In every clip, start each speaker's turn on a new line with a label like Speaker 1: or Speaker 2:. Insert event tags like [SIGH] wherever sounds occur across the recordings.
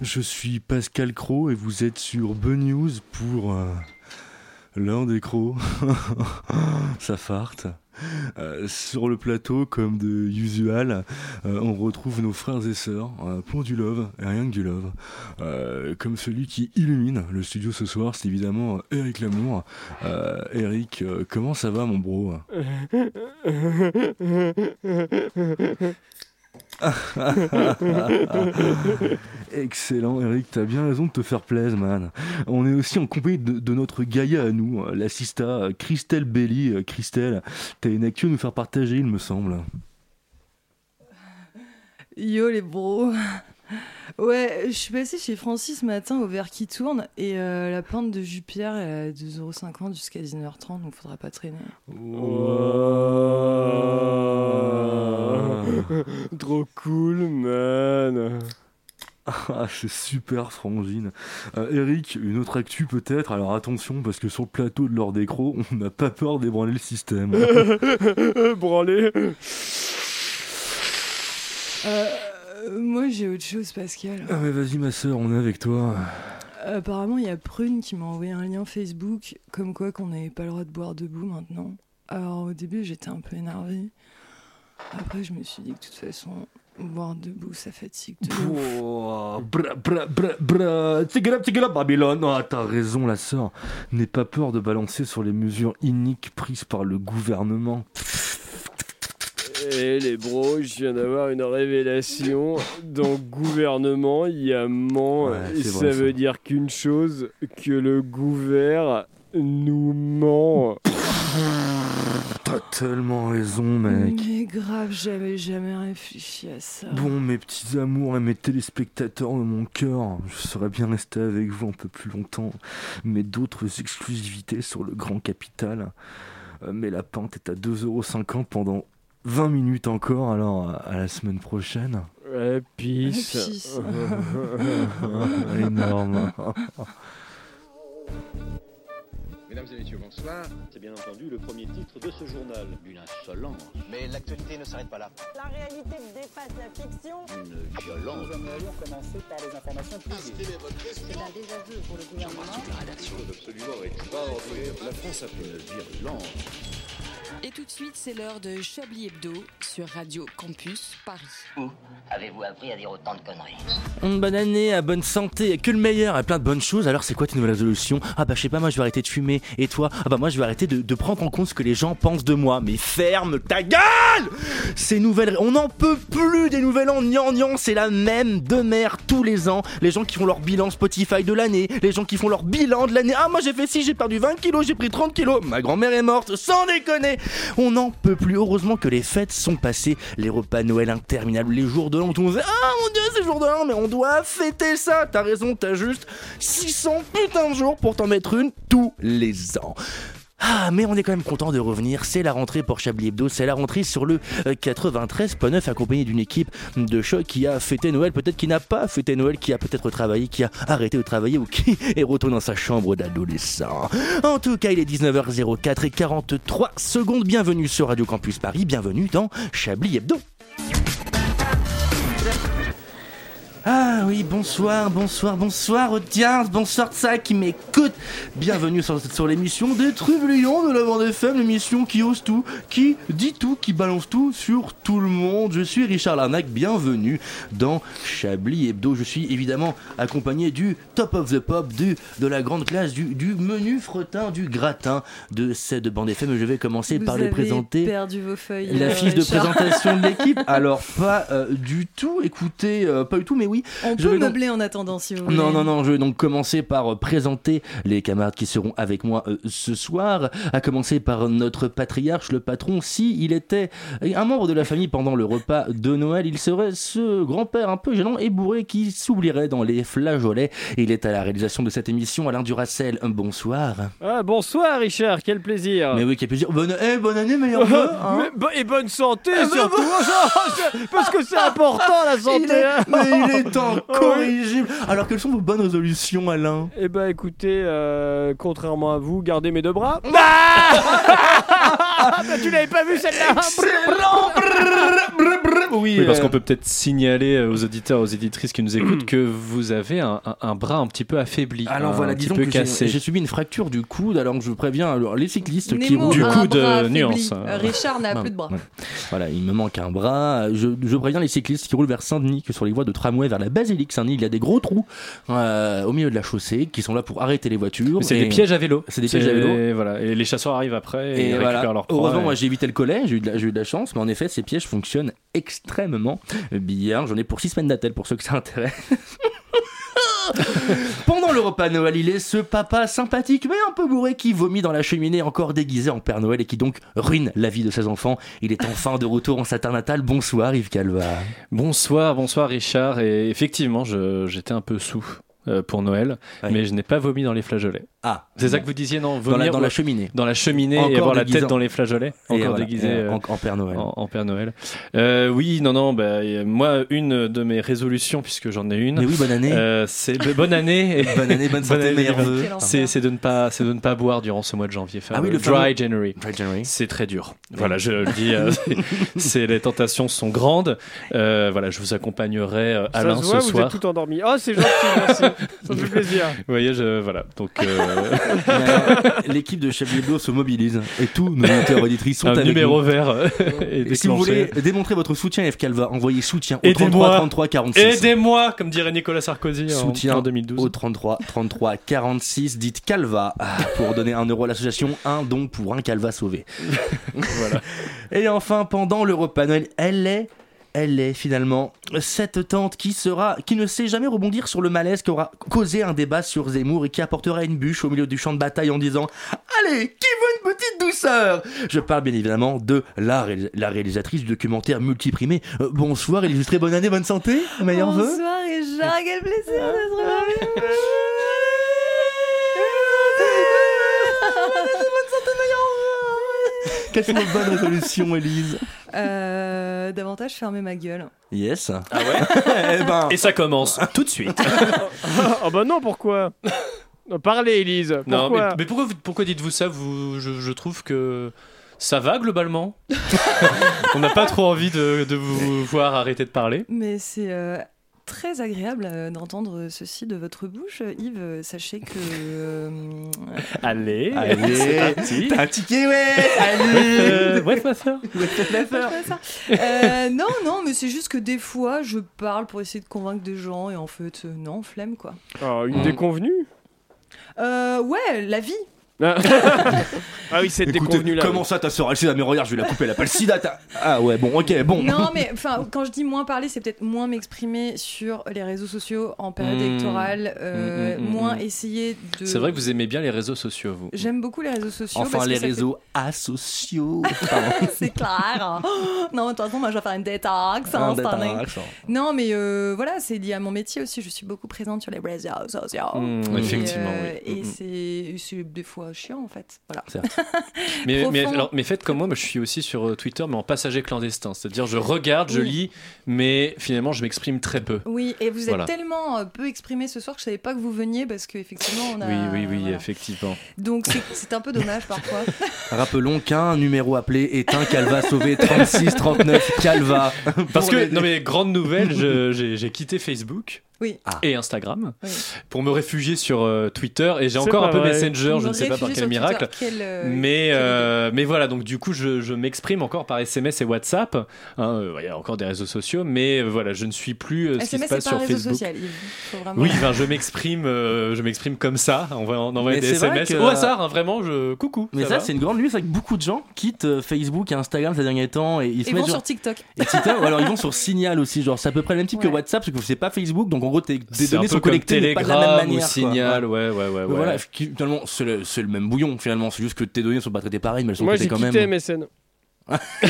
Speaker 1: Je suis Pascal Cro et vous êtes sur BNews pour euh, l'un des crocs. [LAUGHS] Ça farte. Euh, sur le plateau, comme de usual, euh, on retrouve nos frères et sœurs euh, pour du love et rien que du love. Euh, comme celui qui illumine le studio ce soir, c'est évidemment Eric Lamour. Euh, Eric, euh, comment ça va mon bro Excellent Eric, t'as bien raison de te faire plaisir man. On est aussi en compagnie de, de notre Gaïa à nous, euh, la sista euh, Christelle Belli. Euh, Christelle, t'as une actu à nous faire partager il me semble.
Speaker 2: Yo les bros [LAUGHS] Ouais, je suis passée chez Francis ce matin au verre qui tourne et euh, la pinte de Jupiter elle est à 2,50€ jusqu'à 19h30 donc faudra pas traîner.
Speaker 3: Trop cool, man.
Speaker 1: Ah, c'est super frangine. Euh, Eric, une autre actu peut-être Alors attention, parce que sur le plateau de l'or des crocs, on n'a pas peur d'ébranler le système.
Speaker 3: Branlé.
Speaker 2: Euh, euh, moi j'ai autre chose Pascal.
Speaker 1: ah mais vas-y ma soeur, on est avec toi.
Speaker 2: Apparemment il y a Prune qui m'a envoyé un lien Facebook comme quoi qu'on n'avait pas le droit de boire debout maintenant. Alors au début j'étais un peu énervée. Après je me suis dit que de toute façon boire debout ça fatigue de ouf.
Speaker 1: Oh, bra, bra, bra, bra, tsigala, tsigala, Babylone. Ah, t'as raison, la sœur. N'aie pas peur de balancer sur les mesures iniques prises par le gouvernement.
Speaker 3: Eh les bros, je viens d'avoir une révélation. Dans gouvernement, il y a ment.
Speaker 1: Ouais,
Speaker 3: et
Speaker 1: c'est
Speaker 3: ça
Speaker 1: vrai, ça.
Speaker 3: veut dire qu'une chose, que le gouvernement nous ment.
Speaker 1: T'as tellement raison, mec.
Speaker 2: Mais grave, j'avais jamais réfléchi à ça.
Speaker 1: Bon, mes petits amours et mes téléspectateurs de mon cœur, je serais bien resté avec vous un peu plus longtemps, mais d'autres exclusivités sur le grand capital. Euh, Mais la pinte est à 2,50€ pendant 20 minutes encore, alors euh, à- à la semaine prochaine.
Speaker 3: Ouais, Eh, peace.
Speaker 2: Ouais, peace.
Speaker 1: [LAUGHS] Énorme.
Speaker 4: Mesdames et messieurs, bonsoir.
Speaker 5: C'est bien entendu le premier titre de ce journal. Une insolence,
Speaker 4: Mais l'actualité ne s'arrête pas là.
Speaker 6: La réalité dépasse la fiction.
Speaker 5: une violence.
Speaker 6: C'est un désaveu pour le gouvernement.
Speaker 7: Et tout de suite, c'est l'heure de Chablis Hebdo sur Radio Campus Paris.
Speaker 8: Avez-vous appris à dire autant de conneries
Speaker 9: Bonne année, à bonne santé, que le meilleur et plein de bonnes choses. Alors, c'est quoi tes nouvelles résolutions Ah, bah, je sais pas, moi je vais arrêter de fumer. Et toi Ah, bah, moi je vais arrêter de, de prendre en compte ce que les gens pensent de moi. Mais ferme ta gueule Ces nouvelles. On n'en peut plus des nouvelles en gnangnan. C'est la même de mer tous les ans. Les gens qui font leur bilan Spotify de l'année, les gens qui font leur bilan de l'année. Ah, moi j'ai fait ci, j'ai perdu 20 kilos, j'ai pris 30 kilos. Ma grand-mère est morte, sans déconner On n'en peut plus. Heureusement que les fêtes sont passées, les repas de Noël interminables, les jours de l'an où tout le monde faisait, Ah, mon dieu, c'est le jour de l'an, mais on doit fêter ça. T'as raison, t'as juste 600 putains de jours pour t'en mettre une tous les ans. Ah, mais on est quand même content de revenir. C'est la rentrée pour Chablis Hebdo. C'est la rentrée sur le euh, 93.9, accompagné d'une équipe de choc qui a fêté Noël, peut-être qui n'a pas fêté Noël, qui a peut-être travaillé, qui a arrêté de travailler ou qui [LAUGHS] est retourné dans sa chambre d'adolescent. En tout cas, il est 19h04 et 43 secondes. Bienvenue sur Radio Campus Paris. Bienvenue dans Chablis Hebdo. Ah oui, bonsoir, bonsoir, bonsoir audience, bonsoir de ça qui m'écoute. Bienvenue sur, sur l'émission des Trublions de la bande FM, l'émission qui ose tout, qui dit tout, qui balance tout sur tout le monde. Je suis Richard Larnac, bienvenue dans Chablis Hebdo. Je suis évidemment accompagné du top of the pop, du, de la grande classe, du, du menu fretin, du gratin de cette bande FM. Je vais commencer
Speaker 2: Vous
Speaker 9: par les
Speaker 2: avez
Speaker 9: présenter.
Speaker 2: perdu vos feuilles.
Speaker 9: La
Speaker 2: euh,
Speaker 9: fiche de
Speaker 2: Richard.
Speaker 9: présentation de l'équipe, alors pas euh, du tout, écoutez, euh, pas du tout, mais oui,
Speaker 2: On
Speaker 9: je
Speaker 2: peut
Speaker 9: vais donc-
Speaker 2: meubler en attendant si vous voulez.
Speaker 9: non, non, non, je vais donc commencer par euh, présenter les camarades qui seront avec moi euh, ce soir, à commencer par notre patriarche, le patron. Si il était euh, un membre de la famille pendant le repas de Noël, il serait ce grand-père un peu gênant et bourré qui s'oublierait dans les flageolets. Il est à la réalisation de cette émission, Alain Duracel. Bonsoir.
Speaker 3: [LAUGHS] Ah, bonsoir, Richard, quel plaisir. [LAUGHS]
Speaker 9: Mais oui, qui a plusieurs. Bonne, eh, bonne année, meilleur vœu, hein.
Speaker 3: Mais bo- et bonne santé surtout [LAUGHS] Parce que c'est important la
Speaker 9: Il
Speaker 3: santé hein.
Speaker 9: est, mais il est incorrigible. Alors, quelles sont vos bonnes résolutions, Alain
Speaker 3: Eh bah écoutez, euh, contrairement à vous, gardez mes deux bras. Ah bah, tu l'avais pas vu celle-là
Speaker 9: Excellent. Brr, brr, brr, brr.
Speaker 10: Oui,
Speaker 11: Oui, parce
Speaker 10: euh,
Speaker 11: qu'on peut peut-être signaler euh, aux auditeurs, aux éditrices qui nous écoutent que vous avez un, un- un bras un petit peu affaibli,
Speaker 9: Mm. Alors
Speaker 11: un
Speaker 9: voilà,
Speaker 11: petit
Speaker 9: disons
Speaker 11: peu
Speaker 9: que j'ai
Speaker 11: cassé.
Speaker 9: j'ai subi une fracture du coude, alors que je préviens alors, les cyclistes qui
Speaker 7: Nemo
Speaker 9: roulent.
Speaker 7: a Du un coude, bras euh, affaibli. nuance, hein. Euh, Richard n'a
Speaker 9: Non,
Speaker 7: plus de bras.
Speaker 9: ouais. Voilà, il me manque un bras. Je, je préviens les cyclistes qui roulent vers Saint-Denis que sur les voies de tramway vers la basilique Saint-Denis, il y a des gros trous euh, au milieu de la chaussée qui sont là pour arrêter les voitures.
Speaker 11: Mais C'est
Speaker 9: Et-
Speaker 11: des pièges à vélo.
Speaker 9: C'est des pièges à vélo.
Speaker 11: Et voilà, et les chasseurs arrivent après et,
Speaker 9: Et
Speaker 11: récupèrent
Speaker 9: voilà.
Speaker 11: leur proie.
Speaker 9: Heureusement,
Speaker 11: et-
Speaker 9: moi j'ai évité le collet, j'ai eu, de la- j'ai eu de la chance, mais en effet, ces pièges fonctionnent extrêmement bien. J'en ai pour 6 semaines d'attel pour ceux que ça intéresse. [LAUGHS] Pendant le repas de Noël, il est ce papa sympathique mais un peu bourré qui vomit dans la cheminée encore déguisé en Père Noël et qui donc ruine la vie de ses enfants. Il est enfin de retour en sa terre natale. Bonsoir Yves Calva.
Speaker 11: Bonsoir, bonsoir Richard. Et effectivement, je- j'étais un peu sous euh, pour Noël, mais je n'ai pas vomi dans les flageolets.
Speaker 9: Ah.
Speaker 11: c'est ça que vous disiez, non
Speaker 9: Dans la-
Speaker 11: vomir
Speaker 9: dans
Speaker 11: ou-
Speaker 9: la cheminée.
Speaker 11: Dans la cheminée et
Speaker 9: Encore
Speaker 11: avoir la
Speaker 9: déguisant.
Speaker 11: tête dans les flageolets.
Speaker 9: Et
Speaker 11: Encore
Speaker 9: voilà,
Speaker 11: déguisé. euh,
Speaker 9: et en- en Père Noël.
Speaker 11: En, en Père Noël. Euh, oui, non, non. Bah, euh, moi, une de mes résolutions, puisque j'en ai une.
Speaker 9: Mais oui, bonne année.
Speaker 11: euh, c'est bah, [LAUGHS] bonne année. et-
Speaker 9: [LAUGHS] Bonne année, bonne santé, meilleurs vœux.
Speaker 11: Quel C'est c'est de ne pas, c'est de ne pas boire durant ce mois de janvier. Faire
Speaker 9: Ah oui,
Speaker 11: le
Speaker 9: le fameux-
Speaker 11: dry January. C'est très dur. Voilà, je le dis. euh,
Speaker 9: [LAUGHS]
Speaker 11: c'est- c'est les tentations sont grandes. Euh, voilà, je vous accompagnerai euh,
Speaker 3: Ça
Speaker 11: Alain
Speaker 3: se voit,
Speaker 11: ce
Speaker 3: vous
Speaker 11: soir.
Speaker 3: êtes tout endormi. Oh, c'est gentil, merci. Ça me fait plaisir.
Speaker 11: Vous voyez, je, voilà. Donc, euh,
Speaker 9: [LAUGHS] L'équipe de Chef Hebdo se mobilise et tous nos auditeurs et auditrices sont
Speaker 11: Un
Speaker 9: avec
Speaker 11: numéro
Speaker 9: nous.
Speaker 11: vert,
Speaker 9: [LAUGHS]
Speaker 11: euh, [LAUGHS] est
Speaker 9: et si vous voulez
Speaker 11: déclenché.
Speaker 9: démontrer votre soutien à Yves Calva, envoyez soutien au 33
Speaker 11: aidez-moi,
Speaker 9: 33 46.
Speaker 11: aidez-moi, comme dirait Nicolas Sarkozy en-
Speaker 9: soutien
Speaker 11: en 2012.
Speaker 9: au 33 33 46 dites Calva ah, pour donner un euro à l'association un don pour un Calva sauvé voilà et enfin pendant le repas de Noël elle est elle est finalement cette tante qui sera, qui ne sait jamais rebondir sur le malaise qu'aura causé un débat sur Zemmour et qui apportera une bûche au milieu du champ de bataille en disant Allez, qui veut une petite douceur Je parle bien évidemment de la, ré- la réalisatrice du documentaire multiprimé. Euh, bonsoir, illustré, bonne année, bonne santé, meilleurs vœux.
Speaker 7: Bonsoir Richard, quel plaisir de se retrouver.
Speaker 9: Quelles sont vos bonnes résolutions, Elise
Speaker 12: Euh, davantage fermer ma gueule.
Speaker 9: Yes. Eh ben.
Speaker 11: Ah
Speaker 9: [LAUGHS]
Speaker 11: ouais Et ça commence tout de suite.
Speaker 3: Ah bah non, pourquoi Non, Parlez, Elise.
Speaker 11: non, mais,
Speaker 3: Pourquoi
Speaker 11: mais pourquoi, vous- pourquoi dites-vous ça vous, je, je trouve que ça va [LAUGHS] globalement. On n'a pas trop envie de, de vous voir arrêter de parler.
Speaker 12: Mais c'est euh, très agréable euh, d'entendre ceci de votre bouche, euh, Yves. Euh, Sachez que. euh,
Speaker 11: Allez,
Speaker 9: Allez,
Speaker 11: c'est parti.
Speaker 9: t'as un ticket, ouais Allez
Speaker 11: Euh, ouais, ma soeur.
Speaker 12: euh, non, non, mais c'est juste que des fois, je parle pour essayer de convaincre des gens et en fait, euh, non, flemme quoi.
Speaker 3: Ah, une déconvenue
Speaker 12: Euh, ouais, la vie.
Speaker 3: Ah Ah oui, c'est
Speaker 9: Écoutez,
Speaker 3: déconvenu là.
Speaker 9: Comment ça, ta soeur Elle sait, ah, mais regarde, je vais la couper, elle appelle sida. t'as- Ah ouais, bon, ok, bon.
Speaker 12: Non, mais enfin, quand je dis moins parler, c'est peut-être moins m'exprimer sur les réseaux sociaux en période
Speaker 11: Mmh.
Speaker 12: électorale, euh,
Speaker 11: Mmh, mmh, mmh,
Speaker 12: moins
Speaker 11: mmh.
Speaker 12: essayer de.
Speaker 11: C'est vrai que vous aimez bien les réseaux sociaux, vous.
Speaker 12: J'aime beaucoup les réseaux sociaux.
Speaker 11: Enfin,
Speaker 12: parce que
Speaker 11: les
Speaker 12: ça fait-
Speaker 11: réseaux
Speaker 9: asociaux.
Speaker 12: [LAUGHS] c'est clair. Oh, Non, de toute façon, moi, je vais faire une détox. hein,
Speaker 9: Un
Speaker 12: cette année.
Speaker 9: détox, hein.
Speaker 12: Non, mais euh, voilà, c'est lié à mon métier aussi. Je suis beaucoup présente sur les réseaux sociaux.
Speaker 11: Mmh,
Speaker 12: Et,
Speaker 11: effectivement,
Speaker 12: euh,
Speaker 11: oui.
Speaker 12: Et
Speaker 11: Mmh.
Speaker 12: c'est- c'est des fois chiant, en fait. Voilà.
Speaker 11: Mais, mais,
Speaker 12: Profond.
Speaker 11: alors, mais faites comme moi, moi, je suis aussi sur euh, Twitter, mais en passager clandestin. C'est-à-dire, je regarde, je
Speaker 12: Oui.
Speaker 11: lis, mais finalement, je m'exprime très peu.
Speaker 12: Oui, et vous êtes
Speaker 11: Voilà.
Speaker 12: tellement euh, peu exprimé ce soir que je savais pas que vous veniez parce qu'effectivement, on a.
Speaker 11: Oui, oui, euh. oui, effectivement.
Speaker 12: Donc, c'est- c'est un peu dommage
Speaker 11: [LAUGHS]
Speaker 12: parfois.
Speaker 9: Rappelons qu'un numéro appelé est un Calva sauvé 36 39 Calva.
Speaker 11: Parce
Speaker 9: Pour
Speaker 11: que,
Speaker 9: les-
Speaker 11: non mais grande nouvelle, je- j'ai j'ai quitté Facebook
Speaker 12: Oui.
Speaker 9: Ah.
Speaker 11: et Instagram pour me réfugier sur euh, Twitter et j'ai
Speaker 3: C'est
Speaker 11: encore un
Speaker 3: pas
Speaker 11: peu
Speaker 3: vrai.
Speaker 11: Messenger,
Speaker 3: Me
Speaker 11: je ne sais pas par
Speaker 3: réfugier
Speaker 11: quel
Speaker 3: sur
Speaker 11: miracle.
Speaker 3: Twitter, quelle, euh,
Speaker 11: mais, euh, mais voilà, donc du coup, je, je m'exprime encore par SMS et WhatsApp. Hein, euh, Il y a encore des réseaux sociaux, mais euh, voilà, je ne suis plus euh, ce qui se
Speaker 12: SMS,
Speaker 11: passe
Speaker 12: c'est pas un
Speaker 11: sur
Speaker 12: réseau
Speaker 11: Facebook.
Speaker 12: social. Yves. Faut vraiment-
Speaker 11: Oui, ben, je m'exprime, euh, je m'exprime comme ça. On va en envoyer
Speaker 9: Mais
Speaker 11: des
Speaker 9: c'est vrai
Speaker 11: SMS
Speaker 9: que- euh,
Speaker 11: au hasard, hein, vraiment. Je coucou.
Speaker 9: Mais ça, c'est une grande nuit, c'est vrai que beaucoup de gens quittent euh, Facebook et Instagram ces derniers temps et ils se
Speaker 12: Ils
Speaker 9: mettent
Speaker 12: vont
Speaker 9: genre-
Speaker 12: sur TikTok.
Speaker 9: Et Twitter, ou alors ils vont sur Signal aussi, genre c'est à peu près le même type que WhatsApp, parce que c'est pas Facebook, donc en gros tes
Speaker 11: C'est
Speaker 9: tes
Speaker 11: un
Speaker 9: données
Speaker 11: peu
Speaker 9: sont
Speaker 11: comme
Speaker 9: collectées mais pas de la même
Speaker 11: Telegram
Speaker 9: manière.
Speaker 11: ou
Speaker 9: quoi.
Speaker 11: Signal, ouais, ouais, ouais,
Speaker 9: Mais
Speaker 11: ouais.
Speaker 9: Voilà, qui- finalement c'est le, c'est le même bouillon finalement, c'est juste que tes données sont pas traitées pareil, mais elles sont
Speaker 3: Moi,
Speaker 9: traitées
Speaker 3: j'ai
Speaker 9: quand
Speaker 3: quitté
Speaker 9: même.
Speaker 3: MSN.
Speaker 9: Oh, oh,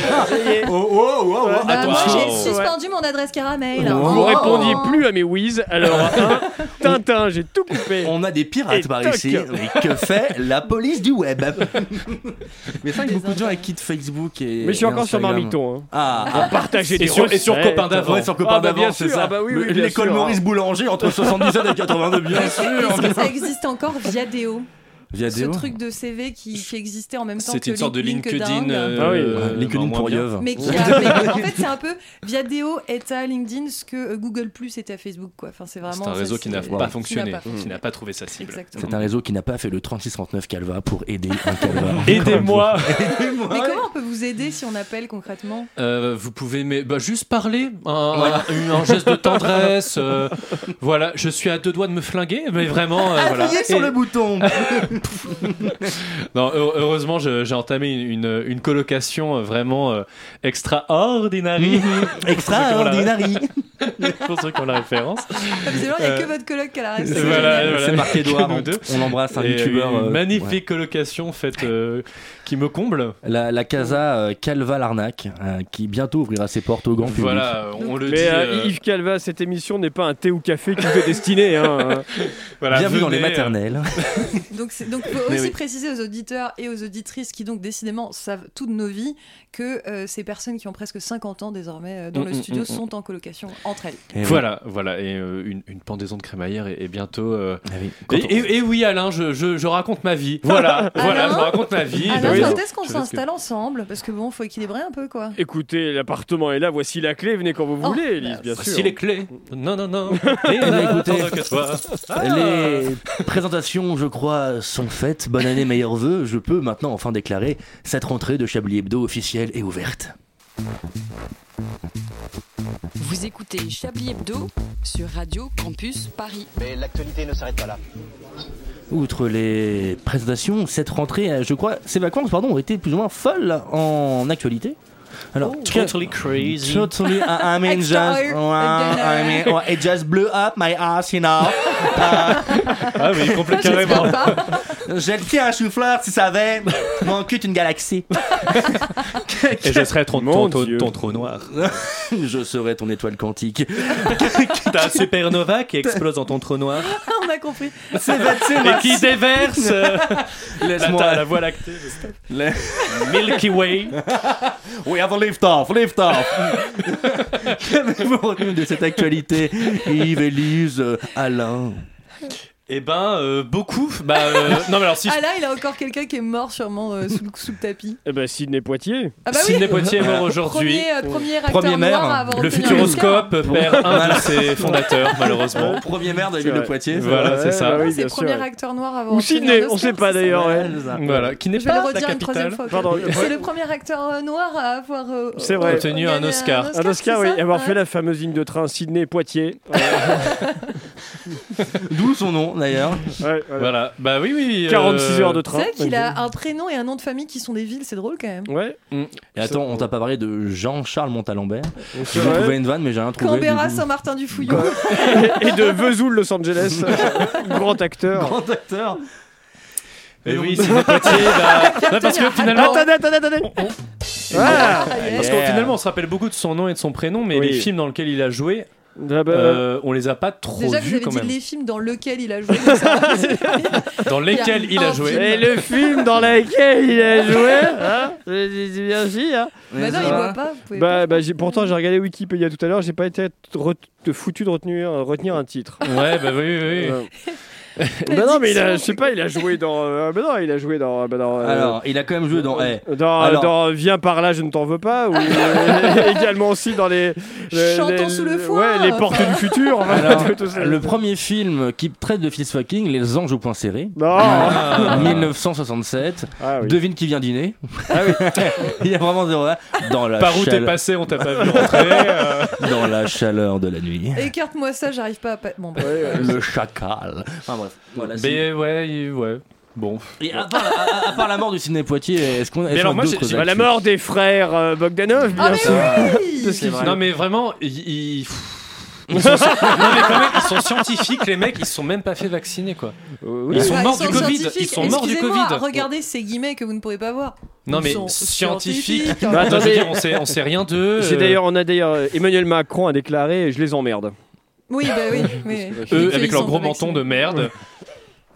Speaker 9: oh, oh,
Speaker 3: Ouais.
Speaker 11: Ah,
Speaker 12: Bah,
Speaker 9: attends,
Speaker 12: moi, j'ai
Speaker 9: wow.
Speaker 12: suspendu mon adresse caramel.
Speaker 3: Vous
Speaker 12: Oh.
Speaker 3: répondiez plus à mes whiz, alors hein, Tintin, j'ai tout coupé.
Speaker 9: ah, On a des pirates
Speaker 3: Et
Speaker 9: par
Speaker 3: toc.
Speaker 9: ici, mais que fait la police du web [LAUGHS] Mais c'est vrai que beaucoup de gens elles quittent Facebook et.
Speaker 3: Mais je suis
Speaker 9: et
Speaker 3: encore sur
Speaker 9: Instagram.
Speaker 3: Marmiton, hein.
Speaker 9: Ah,
Speaker 3: On partageait
Speaker 9: Et
Speaker 3: des
Speaker 9: sur- Et sur
Speaker 3: recettes.
Speaker 9: Copain [LAUGHS] d'avant.
Speaker 3: Ouais,
Speaker 9: sur
Speaker 3: sur
Speaker 9: Copain
Speaker 3: Copain Ah bah, bien
Speaker 9: d'avant,
Speaker 3: d'avant,
Speaker 9: c'est
Speaker 3: c'est sûr.
Speaker 9: ça.
Speaker 3: ça. Ah bah oui, oui, bien
Speaker 9: L'école
Speaker 3: sûr. [LAUGHS]
Speaker 9: Maurice Boulanger entre 77 et 82, bien sûr.
Speaker 12: Est-ce que ça existe encore via Déo
Speaker 1: Viadeo
Speaker 12: ce truc de CV qui, qui existait en même temps
Speaker 11: C'était
Speaker 12: que
Speaker 11: une sorte de
Speaker 12: Link-
Speaker 11: LinkedIn. euh,
Speaker 1: Ah oui,
Speaker 11: euh,
Speaker 1: LinkedIn
Speaker 11: mais en
Speaker 1: pour
Speaker 11: moins bien.
Speaker 1: Yeov.
Speaker 12: Mais
Speaker 11: [LAUGHS]
Speaker 12: qui a- mais en fait, c'est un peu Viadeo est à LinkedIn ce que euh, Google Plus était à Facebook, quoi. Enfin, c'est vraiment
Speaker 11: C'est un
Speaker 12: ça,
Speaker 11: réseau qui n'a
Speaker 12: c'est-
Speaker 11: pas fonctionné,
Speaker 12: pas
Speaker 11: qui n'a pas trouvé sa cible.
Speaker 12: Exactement.
Speaker 9: C'est un réseau qui n'a pas fait le 3639 Calva pour aider un Calva.
Speaker 11: [LAUGHS] Aidez-moi
Speaker 12: Mais comment on peut vous aider si on appelle concrètement
Speaker 11: Euh, vous pouvez mais bah, juste parler, un, [LAUGHS] un- un geste de
Speaker 9: [LAUGHS]
Speaker 11: tendresse. euh, voilà, je suis à deux doigts de me flinguer, mais vraiment.
Speaker 9: [LAUGHS]
Speaker 11: euh, voilà.
Speaker 9: Appuyez sur
Speaker 11: Et- [LAUGHS]
Speaker 9: le bouton
Speaker 11: Non, heu- heureusement, je- j'ai entamé une, une, une colocation euh, vraiment euh, extraordinaire.
Speaker 9: Mhm. Extraordinaire
Speaker 11: [LAUGHS] Pour ceux qui ont la référence.
Speaker 12: Visiblement, il n'y a
Speaker 11: Euh,
Speaker 12: que votre coloc qui a la ref.
Speaker 11: [LAUGHS] C'est voilà,
Speaker 12: génial.
Speaker 11: voilà.
Speaker 9: C'est marqué
Speaker 11: Que
Speaker 9: Edouard,
Speaker 11: nous
Speaker 9: on-
Speaker 11: deux.
Speaker 9: on l'embrasse, un
Speaker 11: Et
Speaker 9: youtubeur,
Speaker 11: une
Speaker 9: euh,
Speaker 11: magnifique
Speaker 9: ouais.
Speaker 11: colocation faite euh, qui me comble.
Speaker 9: La, la casa euh, Calva Larnac, euh, qui bientôt ouvrira ses portes au grand public.
Speaker 11: Voilà, on le
Speaker 3: Mais
Speaker 11: dit.
Speaker 3: euh,
Speaker 11: euh,
Speaker 3: Yves Calva, cette émission n'est pas un thé ou café qui vous est destiné. [LAUGHS] Hein.
Speaker 11: voilà,
Speaker 9: Bienvenue dans les
Speaker 11: venez, euh,
Speaker 9: maternelles.
Speaker 12: Donc, c'est- donc, faut
Speaker 11: Mais
Speaker 12: aussi
Speaker 11: oui.
Speaker 12: préciser aux auditeurs et aux auditrices qui, donc, décidément, savent toutes nos vies que euh, ces personnes qui ont presque 50 ans désormais euh, dans
Speaker 11: Mm,
Speaker 12: le
Speaker 11: mm,
Speaker 12: studio
Speaker 11: mm,
Speaker 12: sont en colocation entre elles.
Speaker 9: Et oui.
Speaker 11: euh, Voilà, voilà, et euh, une, une pendaison de crémaillère et, et bientôt. euh,
Speaker 9: Ah oui.
Speaker 11: Et,
Speaker 9: Quand on-
Speaker 11: et- et oui, Alain, je, je- je raconte ma vie. [LAUGHS] Voilà, voilà,
Speaker 12: Alain
Speaker 11: je raconte ma vie.
Speaker 12: Alors,
Speaker 11: bah Oui,
Speaker 12: Ah, quand est-ce qu'on
Speaker 11: je vais-
Speaker 12: s'installe ensemble Parce que bon, faut équilibrer un peu, quoi.
Speaker 3: Écoutez, l'appartement est là, voici la clé, venez quand vous
Speaker 12: Oh.
Speaker 3: voulez, Elise, bien sûr.
Speaker 11: Voici les clés. Non, non, Eh, non. Et
Speaker 9: bien, écoutez.
Speaker 11: que toi.
Speaker 9: Les présentations, je crois, sont faites. Bonne année, meilleurs vœux. Je peux maintenant enfin déclarer cette rentrée de Chablis Hebdo officielle et ouverte.
Speaker 7: Vous écoutez Chablis Hebdo sur Radio Campus Paris.
Speaker 4: Mais l'actualité ne s'arrête pas là.
Speaker 9: Outre les présentations, cette rentrée, euh, je crois, ces vacances, pardon, ont été plus ou moins folles en actualité. Alors,
Speaker 11: Totally crazy.
Speaker 9: Totally, I, I mean just, uh,
Speaker 12: Extra-
Speaker 9: wow, I mean, wow, it just blew up my ass, you know. [LAUGHS]
Speaker 11: Ah oui, complètement.
Speaker 12: J'espère
Speaker 11: carrément.
Speaker 12: pas.
Speaker 9: J'ai le pied à un chou-fleur, tu savais. Mon cul est une galaxie.
Speaker 11: Et je serai ton,
Speaker 3: Mon
Speaker 11: ton, ton-
Speaker 3: Dieu.
Speaker 11: ton trou noir.
Speaker 9: [LAUGHS]
Speaker 11: [LAUGHS]
Speaker 9: Je serai ton étoile quantique.
Speaker 11: T'as un supernova qui explose dans ton trou [LAUGHS] noir
Speaker 12: On a compris.
Speaker 11: Eh
Speaker 9: C'est Mathieu,
Speaker 11: et qui déverse euh, [LAUGHS] la,
Speaker 9: laisse-moi.
Speaker 11: la voie lactée. [LAUGHS] Milky Way.
Speaker 9: We have a lift-off, lift-off. Qu'avez-vous retenu de cette actualité Yves, Élise, euh, Alain.
Speaker 11: Eh ben, euh, beaucoup. Bah, euh, non, mais alors si je
Speaker 12: Ah là, il a encore quelqu'un qui est mort sûrement euh, sous, le, sous le tapis.
Speaker 3: Eh ben, Sidney Poitier.
Speaker 12: Ah bah oui
Speaker 11: Sidney Poitier est mort aujourd'hui.
Speaker 12: Premier, euh, premier acteur
Speaker 9: Premier maire,
Speaker 12: noir à avoir
Speaker 11: Le
Speaker 12: obtenu un Oscar.
Speaker 11: Futuroscope perd un de ses fondateurs, malheureusement.
Speaker 9: Premier maire de
Speaker 3: l'île de
Speaker 9: Poitiers.
Speaker 11: Voilà, c'est ça.
Speaker 3: bah oui,
Speaker 12: c'est
Speaker 3: bien
Speaker 12: le premier
Speaker 3: sûr.
Speaker 12: acteur noir à avoir
Speaker 3: Ou
Speaker 12: obtenu
Speaker 3: Sidney,
Speaker 12: un
Speaker 3: on
Speaker 12: Oscar,
Speaker 3: sait pas
Speaker 12: c'est ça
Speaker 3: d'ailleurs. ouais.
Speaker 11: Voilà, qui n'est
Speaker 12: Je vais
Speaker 11: pas
Speaker 12: le
Speaker 11: la
Speaker 12: redire une troisième
Speaker 11: capitale.
Speaker 12: fois.
Speaker 3: Pardon.
Speaker 12: quand même. C'est le premier acteur euh, noir à avoir euh,
Speaker 3: C'est vrai.
Speaker 11: Obtenu un
Speaker 12: gagné
Speaker 11: Oscar.
Speaker 3: Un Oscar, oui,
Speaker 12: c'est ça
Speaker 3: avoir fait
Speaker 12: Ouais.
Speaker 3: la fameuse ligne de train Sydney-Poitiers.
Speaker 9: D'où son nom d'ailleurs.
Speaker 12: [LAUGHS]
Speaker 3: Ouais, voilà.
Speaker 11: Voilà, bah oui, oui. euh,
Speaker 3: 46 heures de train.
Speaker 12: C'est vrai qu'il a un prénom et un nom de famille qui sont des villes, c'est drôle quand même.
Speaker 3: Ouais.
Speaker 9: Et attends, on t'a pas parlé de Jean-Charles Montalembert.
Speaker 3: c'est
Speaker 9: J'ai
Speaker 3: vrai.
Speaker 9: trouvé une vanne, mais j'ai rien trouvé.
Speaker 12: Canberra,
Speaker 9: du coup.
Speaker 12: Saint-Martin-du-Fouillon.
Speaker 3: Et de Vesoul, Los [LAUGHS] Angeles. Grand acteur.
Speaker 9: [LAUGHS] Grand acteur.
Speaker 11: Mais Eh oui, c'est des petits, bah,
Speaker 12: [LAUGHS]
Speaker 11: non, parce que finalement.
Speaker 3: Attendez, attendez, attendez. Ah,
Speaker 11: Parce
Speaker 9: Yeah.
Speaker 11: que finalement, on se rappelle beaucoup de son nom et de son prénom, mais
Speaker 3: Oui.
Speaker 11: les films dans lesquels il a joué,
Speaker 3: Ah bah,
Speaker 11: euh, on les a pas trop
Speaker 12: Déjà que vous
Speaker 11: vus
Speaker 12: avez
Speaker 11: quand
Speaker 12: dit
Speaker 11: même.
Speaker 12: les films dans lesquels il a joué. donc ça va.
Speaker 11: Dans lesquels il
Speaker 12: un
Speaker 11: a joué.
Speaker 12: film.
Speaker 3: Et le film dans lequel il a joué, hein Je dis bien si, hein
Speaker 12: bah non, il
Speaker 9: Euh,
Speaker 12: voit pas. vous pouvez
Speaker 3: Bah, bah, j'ai- pourtant, j'ai regardé Wikipédia tout à l'heure, j'ai pas été re- foutu de retenir, euh, retenir un titre.
Speaker 11: Ouais, bah oui, oui,
Speaker 12: [LAUGHS]
Speaker 11: oui.
Speaker 3: Euh, bah non, mais il a, je sais
Speaker 12: L'addiction.
Speaker 3: pas, il a joué dans. euh, bah non, il a joué dans. bah dans euh,
Speaker 9: Alors, il a quand même joué dans.
Speaker 11: [LAUGHS]
Speaker 9: Eh,
Speaker 3: dans,
Speaker 9: alors-
Speaker 3: dans Viens par là, je ne t'en veux pas,
Speaker 12: [LAUGHS]
Speaker 3: ou euh, également aussi dans les. les-
Speaker 12: Chantons
Speaker 3: les-
Speaker 12: sous le foie.
Speaker 3: Ouais, les portes du futur. enfin,
Speaker 9: Alors,
Speaker 3: tout ça.
Speaker 9: le premier film qui traite de fist fucking, Les Anges au point serré.
Speaker 3: Non
Speaker 9: Euh,
Speaker 11: Ah.
Speaker 9: 1967.
Speaker 3: Ah oui.
Speaker 9: Devine qui vient dîner. [LAUGHS] il y a vraiment zéro. Dans la,
Speaker 11: Par où t'es
Speaker 9: chaleur,
Speaker 11: passé, on t'a pas vu rentrer. euh,
Speaker 9: dans la chaleur de la nuit.
Speaker 12: pas. Écarte-moi ça, j'arrive pas à. pa- Bon, bah.
Speaker 3: Ouais, ouais.
Speaker 9: Le chacal. Enfin bref. Voilà, c'est-
Speaker 11: Mais ouais, il- ouais. Bon.
Speaker 9: Et à part, à- à- à part la mort du Sidney Poitiers, est-ce qu'on est-ce
Speaker 11: alors,
Speaker 9: qu'on a
Speaker 11: moi,
Speaker 9: d'autres
Speaker 11: j'ai-
Speaker 3: Bah, la
Speaker 9: [LAUGHS] actus
Speaker 3: mort des frères euh, Bogdanov, bien
Speaker 12: Ah, mais
Speaker 3: sûr.
Speaker 12: oui
Speaker 9: Parce qu'il-
Speaker 11: Non, mais vraiment, ils. ils- ils sont, [LAUGHS] non, mais quand même, ils sont scientifiques, les mecs, ils se sont même pas fait vacciner quoi.
Speaker 3: Euh,
Speaker 11: Ils sont
Speaker 12: Ouais,
Speaker 11: morts du Covid,
Speaker 12: scientifiques.
Speaker 11: ils sont morts du
Speaker 12: Excusez-moi,
Speaker 11: Covid.
Speaker 12: Regardez ces guillemets que vous ne pouvez pas voir.
Speaker 11: Non
Speaker 12: Ils
Speaker 11: mais
Speaker 12: sont
Speaker 11: scientifiques.
Speaker 12: scientifiques.
Speaker 11: Bah, attends, je veux [LAUGHS]
Speaker 3: Attendez.
Speaker 11: dire, on sait, on sait rien d'eux.
Speaker 3: J'ai
Speaker 11: euh,
Speaker 3: d'ailleurs, on a d'ailleurs euh, Emmanuel Macron a déclaré, je les emmerde.
Speaker 11: [LAUGHS]
Speaker 12: Oui, bah oui. Mais...
Speaker 11: eux
Speaker 12: Ils
Speaker 11: avec
Speaker 12: sont
Speaker 11: leur gros
Speaker 12: pas vaccinés.
Speaker 11: menton de merde.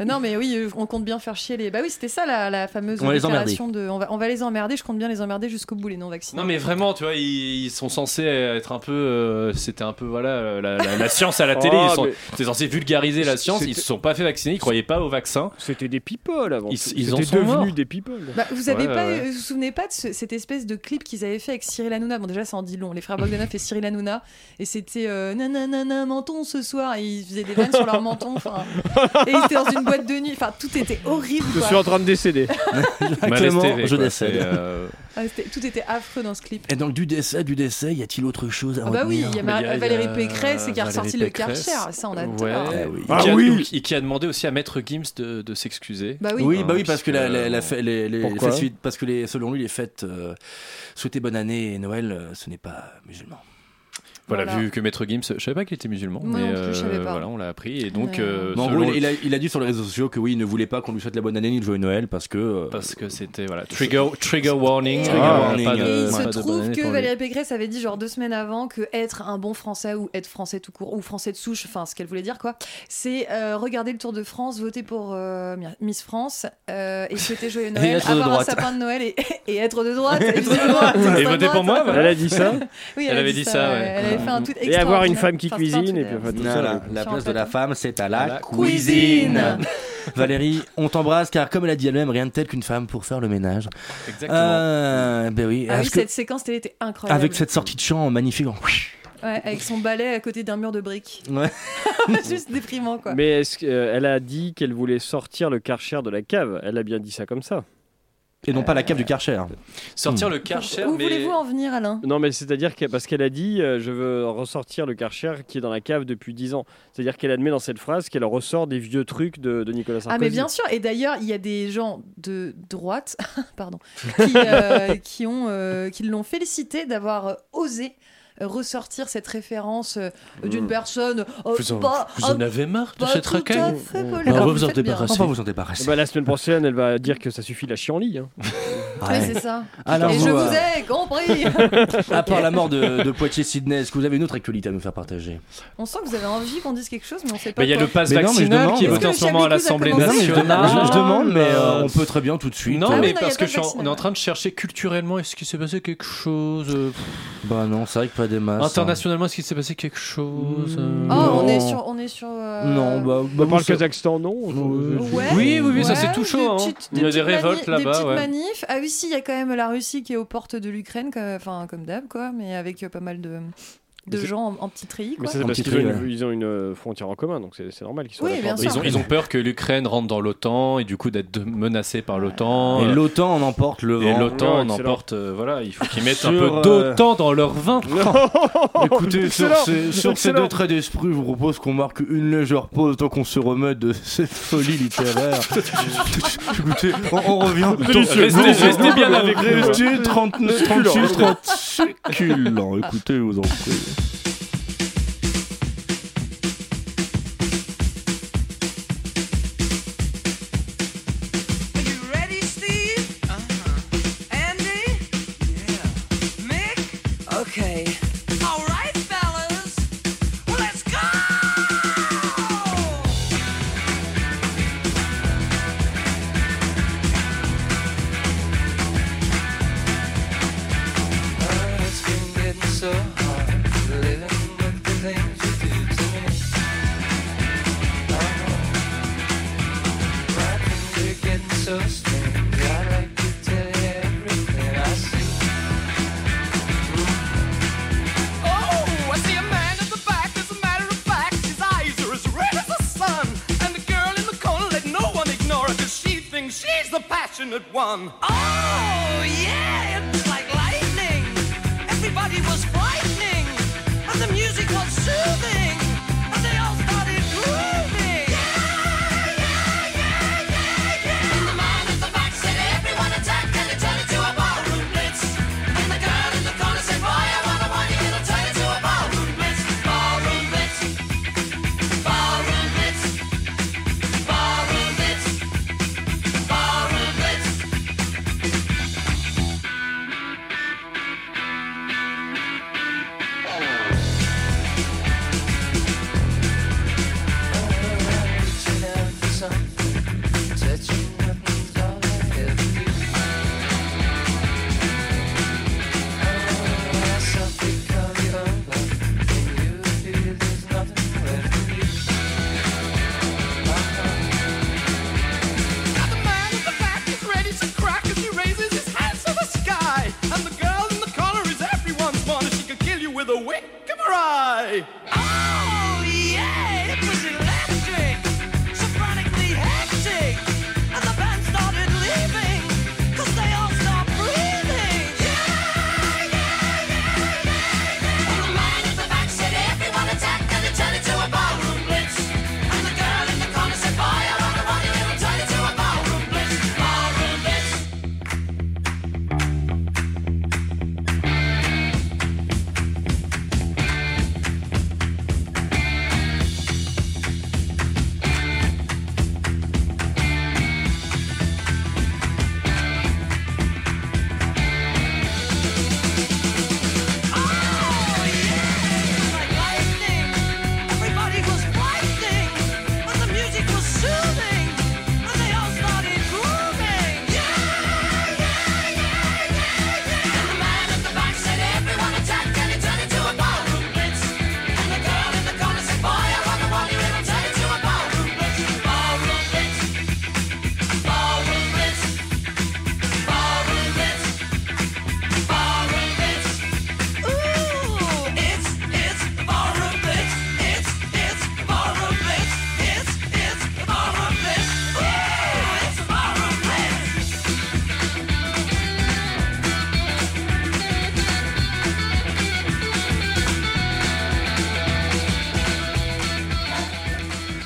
Speaker 12: Non, mais oui, euh, on compte bien faire chier les. Bah oui, c'était ça la, la fameuse
Speaker 11: On va les
Speaker 12: déclaration de. On va, on va les emmerder, je compte bien les emmerder jusqu'au bout, les non-vaccinés.
Speaker 11: Non mais vraiment, tu vois, ils, ils sont censés être un peu, euh, c'était un peu voilà euh, la, la- la science à la télé.
Speaker 3: Ah,
Speaker 9: Oh,
Speaker 11: ils sont,
Speaker 3: mais-
Speaker 11: c'est censé vulgariser la science. Ils
Speaker 3: C'était-
Speaker 11: se sont pas fait vacciner, ils croyaient pas au vaccin.
Speaker 3: C'était des people avant.
Speaker 11: Ils,
Speaker 3: tout.
Speaker 11: ils en
Speaker 3: C'était
Speaker 11: sont
Speaker 3: devenu
Speaker 11: morts.
Speaker 3: des people.
Speaker 12: Bah, vous avez
Speaker 11: Ouais,
Speaker 12: pas,
Speaker 11: ouais.
Speaker 12: euh, vous vous souvenez pas de ce- cette espèce de clip qu'ils avaient fait avec Cyril Hanouna Bon, déjà, ça en dit long. Les frères Bogdanov et Cyril Hanouna, et c'était euh, nanana menton ce soir, et ils faisaient des vannes sur leur menton. enfin. Et ils étaient dans une boîte de nuit. Enfin, tout était horrible.
Speaker 3: Je
Speaker 12: quoi.
Speaker 3: suis en train de [LAUGHS] décéder.
Speaker 11: Malaise
Speaker 9: Ah, Clément,
Speaker 11: TV,
Speaker 9: je
Speaker 11: quoi,
Speaker 9: décède.
Speaker 11: c'est, euh,
Speaker 12: Ah, c'était- tout était affreux dans ce clip.
Speaker 9: Et donc du décès, du décès, y a-t-il autre chose à
Speaker 12: Ah bah oui,
Speaker 9: retenir
Speaker 12: il y a,
Speaker 11: Bah,
Speaker 12: Mar-
Speaker 11: il y a-
Speaker 12: Valérie
Speaker 11: il y a
Speaker 12: Pécresse et qui a
Speaker 11: Valérie
Speaker 12: ressorti le
Speaker 11: Pécresse.
Speaker 12: Karcher. Ça, on adore.
Speaker 11: Ouais.
Speaker 9: oui.
Speaker 11: Et qui a-
Speaker 9: Ah oui.
Speaker 11: et qui a demandé aussi à Maître Gims de, de s'excuser.
Speaker 12: Bah
Speaker 9: Oui, bah oui, parce que la, la- la fête- les, les-
Speaker 11: Pourquoi
Speaker 9: les fêtes- parce que les, selon lui, les fêtes euh, souhaiter bonne année et Noël, euh, ce n'est pas musulman.
Speaker 11: Voilà,
Speaker 12: Voilà.
Speaker 11: vu que Maître Gims, je savais pas qu'il était musulman,
Speaker 12: Moi
Speaker 11: mais euh,
Speaker 12: non plus, je savais pas.
Speaker 11: voilà, on l'a appris et donc.
Speaker 12: Ouais.
Speaker 11: euh,
Speaker 9: Mais en
Speaker 11: selon-
Speaker 9: gros, il a, il a dit sur les réseaux sociaux que oui, il ne voulait pas qu'on lui souhaite la bonne année ni le joyeux Noël parce que. euh,
Speaker 11: parce que c'était voilà trigger trigger warning.
Speaker 12: Et-
Speaker 11: trigger
Speaker 9: Ah,
Speaker 11: warning,
Speaker 9: warning,
Speaker 11: pas de-
Speaker 12: Et il
Speaker 11: Euh, pas
Speaker 12: se
Speaker 11: de bonne
Speaker 12: trouve
Speaker 11: année
Speaker 12: que
Speaker 11: pour lui.
Speaker 12: Valérie Pécresse avait dit genre deux semaines avant que être un bon français ou être français tout court ou français de souche, enfin ce qu'elle voulait dire quoi, c'est euh, regarder le Tour de France, voter pour euh, Miss France euh, et souhaiter joyeux Noël,
Speaker 9: être de
Speaker 12: avoir un
Speaker 9: droite.
Speaker 12: sapin de Noël et, [LAUGHS] et être de droite. et visiblement, elle est
Speaker 11: Et
Speaker 12: extrême
Speaker 11: votez
Speaker 12: droite.
Speaker 11: pour moi. voilà.
Speaker 3: Elle a dit ça
Speaker 12: Oui,
Speaker 11: Elle avait dit ça, ouais.
Speaker 12: Elle avait fait un tweet
Speaker 3: Et avoir une
Speaker 12: extraordinaire.
Speaker 3: femme qui
Speaker 12: Enfin, c'est pas un Ah
Speaker 3: cuisine, et
Speaker 12: tweet,
Speaker 3: puis enfin, tout ça.
Speaker 9: Voilà,
Speaker 12: seul.
Speaker 9: la
Speaker 12: Sur un
Speaker 9: place de la
Speaker 12: plateau.
Speaker 9: femme, c'est à la,
Speaker 11: euh, À la
Speaker 9: cuisine.
Speaker 12: cuisine.
Speaker 9: [LAUGHS] Valérie, on t'embrasse car comme elle a dit elle-même, rien de tel qu'une femme pour faire le ménage.
Speaker 11: Exactement.
Speaker 9: Euh, ben oui.
Speaker 12: Ah oui,
Speaker 9: Est-ce que-
Speaker 12: cette euh, séquence télé était incroyable.
Speaker 9: avec cette sortie de chant magnifique. en-
Speaker 12: Ouais, avec son balai à côté d'un mur de briques.
Speaker 9: Ouais.
Speaker 12: [LAUGHS] Juste déprimant quoi.
Speaker 3: Mais est-ce que, euh, elle a dit qu'elle voulait sortir le Karcher de la cave Elle a bien dit ça comme ça.
Speaker 9: Et non pas la cave
Speaker 12: Euh,
Speaker 9: du Karcher.
Speaker 11: Sortir le Karcher,
Speaker 12: Où
Speaker 11: mais
Speaker 12: voulez-vous en venir Alain
Speaker 3: Non, mais c'est-à-dire que parce qu'elle a dit euh, je veux ressortir le Karcher qui est dans la cave depuis 10 ans. C'est-à-dire qu'elle admet dans cette phrase qu'elle ressort des vieux trucs de, de Nicolas
Speaker 12: Ah
Speaker 3: Sarkozy.
Speaker 12: mais bien sûr et d'ailleurs il y a des gens de droite [LAUGHS] pardon qui, euh, qui ont euh, qui l'ont félicité d'avoir euh, osé euh, ressortir cette référence euh, d'une
Speaker 3: Mm.
Speaker 12: personne euh,
Speaker 11: Vous en-
Speaker 12: pas,
Speaker 11: vous
Speaker 12: ah,
Speaker 11: en avez marre de
Speaker 12: pas
Speaker 11: cette
Speaker 12: tout à
Speaker 11: racaille
Speaker 12: fait
Speaker 3: Mm.
Speaker 12: polaire.
Speaker 9: On va
Speaker 12: Vous
Speaker 9: vous en
Speaker 12: faites bien.
Speaker 9: débarrasser. On va vous en débarrasser.
Speaker 3: Bah, la semaine prochaine, elle va dire que ça suffit la chienlit. Hein.
Speaker 12: Oui,
Speaker 9: Ouais.
Speaker 12: c'est ça.
Speaker 9: Alors,
Speaker 12: et je
Speaker 9: vous,
Speaker 12: vous
Speaker 9: euh,
Speaker 12: ai compris. [LAUGHS]
Speaker 9: à part la mort de, de Poitiers-Sydney, est-ce que vous avez une autre actualité à nous faire partager
Speaker 12: on sent que vous avez envie qu'on dise quelque chose mais on sait pas.
Speaker 11: Bah, il y a
Speaker 12: quoi.
Speaker 11: le pass
Speaker 9: Mais non, mais je
Speaker 11: vaccinal
Speaker 9: demande.
Speaker 11: qui est
Speaker 9: Est-ce
Speaker 11: voté
Speaker 12: que
Speaker 11: en
Speaker 12: le
Speaker 11: ce moment à
Speaker 12: Chablis nous a
Speaker 11: l'Assemblée
Speaker 12: commencé
Speaker 9: Non, mais je, demande-
Speaker 11: nationale.
Speaker 9: je- je demande, mais euh,
Speaker 11: Euh,
Speaker 9: on peut très bien tout de suite.
Speaker 11: Non,
Speaker 12: Ah oui,
Speaker 11: mais
Speaker 12: non,
Speaker 11: parce
Speaker 12: il y a
Speaker 11: que
Speaker 12: pas
Speaker 11: je suis en-
Speaker 12: de
Speaker 11: on est en train de chercher culturellement, est-ce qu'il s'est passé quelque chose euh,
Speaker 9: Bah non, c'est vrai que pas des
Speaker 11: Ah,
Speaker 9: masses.
Speaker 11: Internationalement, est-ce qu'il s'est passé quelque chose euh,
Speaker 12: Oh, on
Speaker 9: Non.
Speaker 12: est sur on est sur euh,
Speaker 9: hein. Non, bah, bah,
Speaker 3: On parle
Speaker 9: vous sa-
Speaker 3: Kazakhstan, non
Speaker 12: Ouais,
Speaker 11: Oui, oui, oui, ça,
Speaker 12: ouais,
Speaker 11: c'est tout chaud,
Speaker 12: des
Speaker 11: hein.
Speaker 12: petites-
Speaker 11: Il y a des
Speaker 12: petites
Speaker 11: révoltes
Speaker 12: mani-
Speaker 11: là-bas,
Speaker 12: Des petites
Speaker 11: ouais.
Speaker 12: manifs. Ah oui, si, il y a quand même la Russie qui est aux portes de l'Ukraine, comme- enfin comme d'hab, quoi, mais avec euh, pas mal de, de
Speaker 3: Mais c'est-
Speaker 12: gens en, en petits treillis, quoi.
Speaker 3: Mais ça, c'est
Speaker 9: Un
Speaker 3: parce
Speaker 9: petit
Speaker 3: qu'ils ont,
Speaker 9: tri,
Speaker 3: une-
Speaker 9: ouais.
Speaker 3: ils ont une euh, frontière en commun, donc c'est c'est normal qu'ils soient
Speaker 12: Oui,
Speaker 3: d'accord.
Speaker 12: bien
Speaker 11: Ils ont, ils ont peur que l'Ukraine rentre dans l'OTAN et du coup d'être de- menacée par l'OTAN.
Speaker 9: Et
Speaker 11: euh,
Speaker 9: l'OTAN en emporte le
Speaker 11: et
Speaker 9: vent.
Speaker 11: l'OTAN
Speaker 3: Ouais,
Speaker 11: en
Speaker 3: excellent.
Speaker 11: emporte. euh, voilà, il faut qu'ils mettent un
Speaker 9: Sur,
Speaker 11: peu
Speaker 9: euh,
Speaker 11: d'OTAN dans leur vin.
Speaker 9: Écoutez, sur,
Speaker 3: Excellent.
Speaker 9: ces- sur ces
Speaker 3: Excellent.
Speaker 9: deux traits d'esprit, je vous propose qu'on marque une légère pause tant qu'on se remet de [LAUGHS] cette folie littéraire. Écoutez, on, on revient.
Speaker 11: Restez- restez bien avec nous.
Speaker 9: Restez 39, 36, 30 succulents. Écoutez, je vous en prie.
Speaker 7: Okay.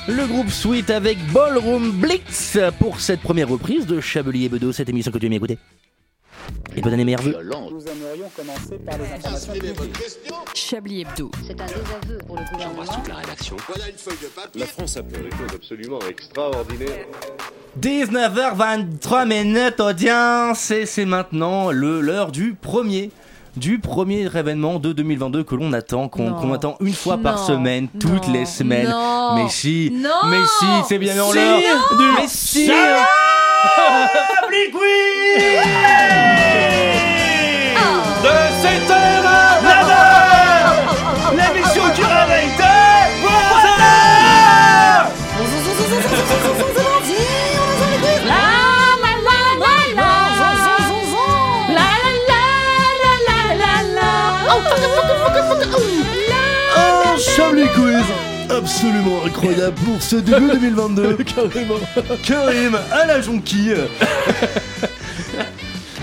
Speaker 9: Le groupe Sweet avec Ballroom Blitz pour cette première reprise de Chablis et Bedeau, cette émission que tu aimes écouter. Et bonne année, meilleurs vœux.
Speaker 5: Nous aimerions commencer par les
Speaker 7: Chablis Hebdo.
Speaker 6: C'est un désaveu pour le gouvernement.
Speaker 5: la rédaction. Voilà une feuille de papier. La France a fait des choses absolument extraordinaires.
Speaker 9: 19h23 minutes, audience, et c'est maintenant le l'heure du premier du premier événement de 2022 que l'on attend, qu'on
Speaker 12: Non.
Speaker 9: qu'on attend une fois par
Speaker 12: Non.
Speaker 9: semaine, toutes les semaines.
Speaker 12: Non.
Speaker 9: Mais si,
Speaker 12: Non.
Speaker 9: mais si, Oh, c'est bien en
Speaker 12: Si.
Speaker 9: l'heure
Speaker 12: Non.
Speaker 9: du
Speaker 12: Mais si.
Speaker 9: Chablis Quiz de cette heure
Speaker 5: Nada L'émission du réveil de Boisard
Speaker 1: Un Chablis Quiz absolument incroyable pour ce
Speaker 9: [LAUGHS]
Speaker 1: début 2022. Carrément.
Speaker 9: Karim à la [LAUGHS] jonquille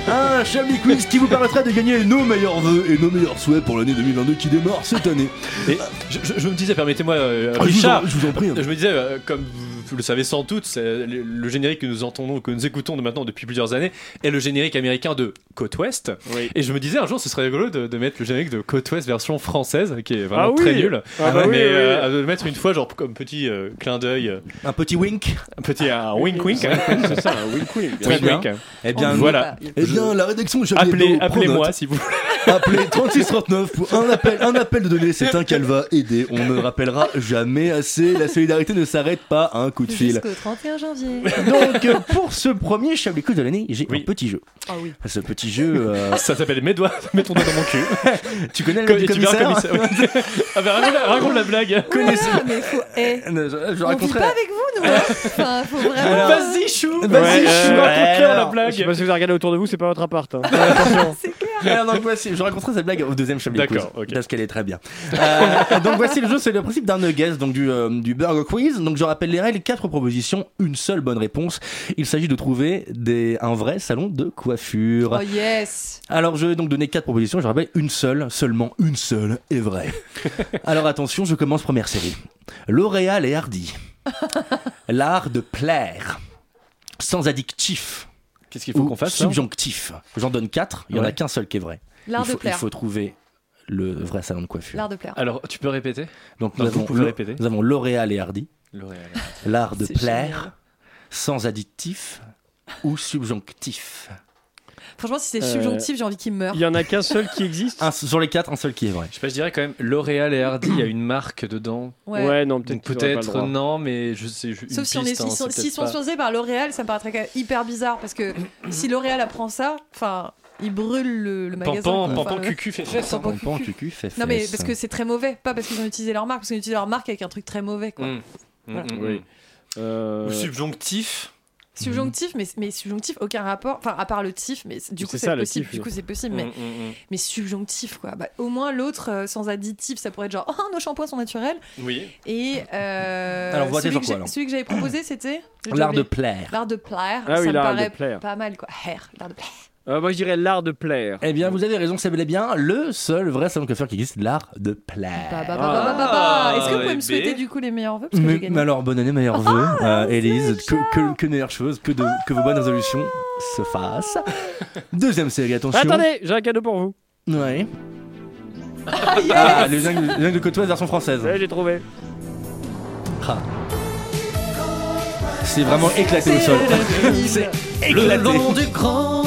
Speaker 9: Un Chablis Quiz qui vous permettra de gagner nos meilleurs vœux et nos meilleurs souhaits pour l'année 2022 qui démarre cette année.
Speaker 11: Et je, je- je me disais, permettez-moi, euh,
Speaker 1: Ah, je vous en-
Speaker 11: Richard,
Speaker 1: je vous en prie, hein.
Speaker 11: je me disais, euh, comme vous- vous le savez sans doute, c'est le, le générique que nous entendons, que nous écoutons de maintenant depuis plusieurs années, est le générique américain de Côte Ouest. Et je me disais, un jour, ce serait rigolo de, de mettre le générique de Côte Ouest version française, qui est vraiment
Speaker 3: Ah oui.
Speaker 11: très nul.
Speaker 3: Ah bah oui,
Speaker 11: mais
Speaker 3: oui.
Speaker 11: euh, à le mettre une fois, genre comme petit euh, clin d'œil.
Speaker 9: un petit wink.
Speaker 11: Un petit un wink wink.
Speaker 3: C'est ça, un wink wink.
Speaker 11: Très
Speaker 3: Wink
Speaker 11: bien.
Speaker 3: wink.
Speaker 9: Eh bien,
Speaker 11: voilà.
Speaker 1: Eh bien, la rédaction de Chablis
Speaker 11: Appelez-
Speaker 1: Hebdo prend
Speaker 11: appelez-moi,
Speaker 1: note.
Speaker 11: si vous voulez.
Speaker 1: Appelez 3639 pour un appel, un appel de données, c'est un qu'elle va aider.
Speaker 9: On ne rappellera jamais assez, la solidarité ne s'arrête pas à un coup de fil.
Speaker 12: Jusqu'au 31
Speaker 9: [LAUGHS]
Speaker 12: janvier.
Speaker 9: Donc euh, pour ce premier Chablis Quiz de l'année, j'ai un petit jeu.
Speaker 12: Ah oui.
Speaker 9: Ce petit jeu, euh,
Speaker 11: Ça s'appelle Mets, [LAUGHS] doigts, mets ton doigt dans mon cul.
Speaker 9: tu connais
Speaker 11: Comme-
Speaker 9: le
Speaker 11: tu verras
Speaker 9: Euh, commissaire,
Speaker 11: commissaire,
Speaker 9: [LAUGHS]
Speaker 11: ouais. Ah bah, raconte, la- raconte la blague.
Speaker 12: Ah, mais faut. eh,
Speaker 9: Je, hein Euh, je
Speaker 12: on vit
Speaker 9: raconterai.
Speaker 12: pas avec vous, nous. hein. Enfin,
Speaker 9: [LAUGHS]
Speaker 12: faut vraiment.
Speaker 9: Alors-
Speaker 11: Vas-y, chou.
Speaker 9: Vas-y,
Speaker 3: Ouais,
Speaker 9: je suis
Speaker 3: euh,
Speaker 9: raconte-leur la
Speaker 3: Je
Speaker 11: alors.
Speaker 3: sais
Speaker 9: blague.
Speaker 3: pas si vous avez regardé autour de vous, c'est pas votre appart. hein.
Speaker 9: Alors donc voici, je raconterai cette blague au deuxième Chablis Quiz.
Speaker 11: D'accord, ok.
Speaker 9: Parce qu'elle est très bien. Euh, donc voici le jeu, c'est le principe d'un nuggets, donc du, euh, du burger quiz. Donc je rappelle les règles, quatre propositions, une seule bonne réponse. Il s'agit de trouver des, un vrai salon de coiffure.
Speaker 12: Oh yes.
Speaker 9: Alors je vais donc donner quatre propositions, je rappelle une seule, seulement une seule est vraie. Alors attention, je commence première série. L'Oréal et Hardy. L'art de plaire. Sans addictif.
Speaker 11: Qu'est-ce qu'il
Speaker 9: ou
Speaker 11: faut qu'on fasse hein là
Speaker 9: Subjonctif. J'en donne quatre, il y en a
Speaker 11: Ouais.
Speaker 9: qu'un seul qui est vrai.
Speaker 12: L'art
Speaker 9: il faut,
Speaker 12: de plaire.
Speaker 9: il faut trouver le vrai salon de coiffure.
Speaker 12: L'art de plaire.
Speaker 11: Alors, tu peux répéter
Speaker 9: Donc
Speaker 11: Non,
Speaker 9: nous
Speaker 11: vous
Speaker 9: avons,
Speaker 11: pouvez
Speaker 9: le-
Speaker 11: répéter.
Speaker 9: nous avons L'Oréal et Hardy,
Speaker 11: L'Oréal.
Speaker 9: l'art Ah, de
Speaker 12: C'est
Speaker 9: plaire,
Speaker 12: génial.
Speaker 9: sans additif ou subjonctif.
Speaker 12: Franchement, si c'est
Speaker 3: Euh,
Speaker 12: subjonctif, j'ai envie qu'il meure.
Speaker 3: Il y en a qu'un seul qui existe.
Speaker 9: Un, sur les quatre, un seul qui est vrai.
Speaker 11: Je sais pas, je dirais quand même L'Oréal et Hardy, il y a une marque dedans.
Speaker 3: Ouais. non, peut-être.
Speaker 11: Donc
Speaker 3: que j'aurais pas le
Speaker 11: peut-être
Speaker 3: droit.
Speaker 11: non, mais je sais. je- une
Speaker 12: Sauf si on est
Speaker 11: piste, hein,
Speaker 12: s'ils sont-
Speaker 11: c'est
Speaker 12: s'ils
Speaker 11: peut-être
Speaker 12: sont
Speaker 11: pas-
Speaker 12: sponsorisés par L'Oréal, ça me paraîtrait quand même hyper bizarre parce
Speaker 11: [COUGHS]
Speaker 12: que si L'Oréal apprend ça, enfin, il brûle le, le magasin.
Speaker 11: Pampan,
Speaker 12: quoi.
Speaker 11: pampan,
Speaker 12: Enfin, le-
Speaker 11: cucu, fait
Speaker 12: Sans
Speaker 9: Pampan,
Speaker 12: pan cucu.
Speaker 9: cucu, fesse.
Speaker 12: Non mais parce que c'est très mauvais, pas parce qu'ils ont utilisé leur marque, parce qu'ils ont utilisé leur marque avec un truc très mauvais
Speaker 3: Mm.
Speaker 12: quoi. Voilà.
Speaker 3: Oui. Euh,
Speaker 11: Mm, Ou subjonctif.
Speaker 12: Subjonctif, mais, mais subjonctif, aucun rapport, enfin à part le tif, mais c- du coup
Speaker 3: C'est
Speaker 12: c'est
Speaker 3: ça, le
Speaker 12: possible,
Speaker 3: tif,
Speaker 12: du
Speaker 3: oui.
Speaker 12: coup c'est possible,
Speaker 11: Mm,
Speaker 12: mais,
Speaker 11: mm, mm.
Speaker 12: mais subjonctif quoi. Bah, au moins l'autre euh, sans additif, ça pourrait être genre [LAUGHS] oh nos shampoings sont naturels
Speaker 11: Oui.
Speaker 12: et euh,
Speaker 3: Ah,
Speaker 9: Alors, on va
Speaker 12: celui,
Speaker 9: déjà
Speaker 12: que
Speaker 9: quoi,
Speaker 12: j'ai-
Speaker 9: alors
Speaker 12: celui que j'avais proposé c'était j'ai
Speaker 9: L'art de
Speaker 12: oublié.
Speaker 9: plaire.
Speaker 12: l'art de plaire,
Speaker 3: Ah oui,
Speaker 12: ça me
Speaker 3: l'art de
Speaker 12: paraît
Speaker 3: plaire.
Speaker 12: pas mal quoi. Hair, l'art de plaire.
Speaker 3: euh, moi, je dirais l'art de plaire.
Speaker 9: Eh bien, vous avez raison, c'est bel et bien le seul vrai salon de coiffure qui existe, l'art de
Speaker 12: Bah,
Speaker 9: plaire.
Speaker 12: bah, bah, bah, bah, bah,
Speaker 11: Ah,
Speaker 12: bah. Est-ce que vous pouvez me
Speaker 11: bébé.
Speaker 12: souhaiter du coup les meilleurs vœux parce que j'ai
Speaker 9: Mais,
Speaker 12: gagné. Ah,
Speaker 9: mais alors, bonne année, meilleurs vœux, euh, Élise. Que, que, que de meilleures choses, que, de, que vos bonnes résolutions se fassent. Deuxième série, attention.
Speaker 3: Attendez, j'ai un cadeau pour vous.
Speaker 9: Ouais. Ah, les jungles, les jungles de Côte-Ouest version française.
Speaker 3: Ouais, j'ai trouvé.
Speaker 9: Ah. C'est vraiment éclaté au sol. C'est éclaté. Le long du grand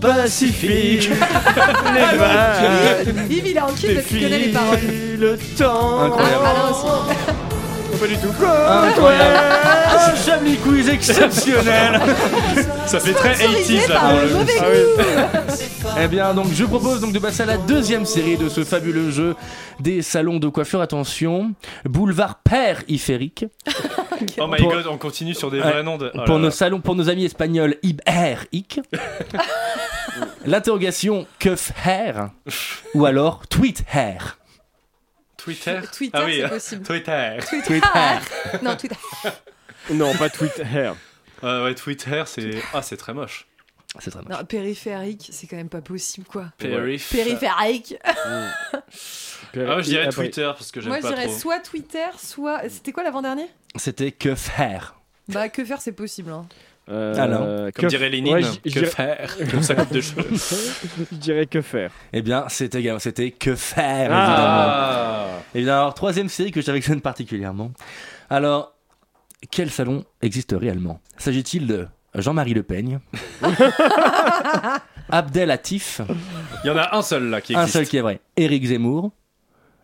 Speaker 9: [LAUGHS] Pacifique. Ah,
Speaker 3: Les vagues
Speaker 12: Yves, il est en cul parce qu'il connaît les paroles.
Speaker 3: défilent le temps.
Speaker 9: Incroyable.
Speaker 12: Ah, Alain aussi.
Speaker 3: Pas du tout.
Speaker 9: Incroyable. Un Chablis quiz exceptionnel.
Speaker 11: Ça fait très
Speaker 12: Autorisé
Speaker 11: 80s là.
Speaker 12: par
Speaker 11: dans
Speaker 12: le
Speaker 11: le-
Speaker 12: mauvais
Speaker 3: Ah oui.
Speaker 9: [LAUGHS] Eh bien, donc je propose donc de passer à la deuxième série de ce fabuleux jeu des salons de coiffure. Attention, boulevard Père Iférique
Speaker 11: Oh my
Speaker 9: Pour-
Speaker 11: god, on continue sur des
Speaker 9: Ouais.
Speaker 11: vrais noms de. oh là
Speaker 9: pour nos
Speaker 11: là.
Speaker 9: salons, pour nos amis espagnols
Speaker 11: [LAUGHS]
Speaker 9: Iberic. L'interrogation que hair ou alors tweet hair.
Speaker 11: Twitter.
Speaker 12: Twitter,
Speaker 11: Ah oui.
Speaker 12: c'est possible.
Speaker 11: Twitter.
Speaker 9: Tweet hair.
Speaker 12: Non, Twitter.
Speaker 3: Non, pas Twitter.
Speaker 11: Euh, ouais, Twitter, c'est. Ah, c'est très moche.
Speaker 9: C'est très moche.
Speaker 12: Non, périphérique, c'est quand même pas possible quoi.
Speaker 11: Périph.
Speaker 12: Périphérique.
Speaker 11: Ah, moi, je dirais
Speaker 9: Après-
Speaker 11: Twitter parce que j'aime
Speaker 12: Moi je
Speaker 11: pas
Speaker 12: dirais
Speaker 11: trop.
Speaker 12: soit Twitter, soit. C'était quoi l'avant-dernier
Speaker 9: C'était que faire
Speaker 12: Bah que faire c'est possible. hein.
Speaker 3: euh,
Speaker 9: Alors,
Speaker 11: comme dirait Lénine, que faire Comme ça coupe de cheveux.
Speaker 3: [LAUGHS] Je dirais que faire.
Speaker 9: Eh bien, c'était également- c'était que faire
Speaker 3: Ah.
Speaker 9: évidemment. Eh bien, alors troisième série que j'affectionne particulièrement. Alors, quel salon existe réellement S'agit-il de Jean-Marie
Speaker 12: [LAUGHS]
Speaker 9: Le Peigne, Abdel Hatif,
Speaker 11: Il y en a un seul là qui
Speaker 9: un
Speaker 11: existe.
Speaker 9: seul qui est vrai, Éric Zemmour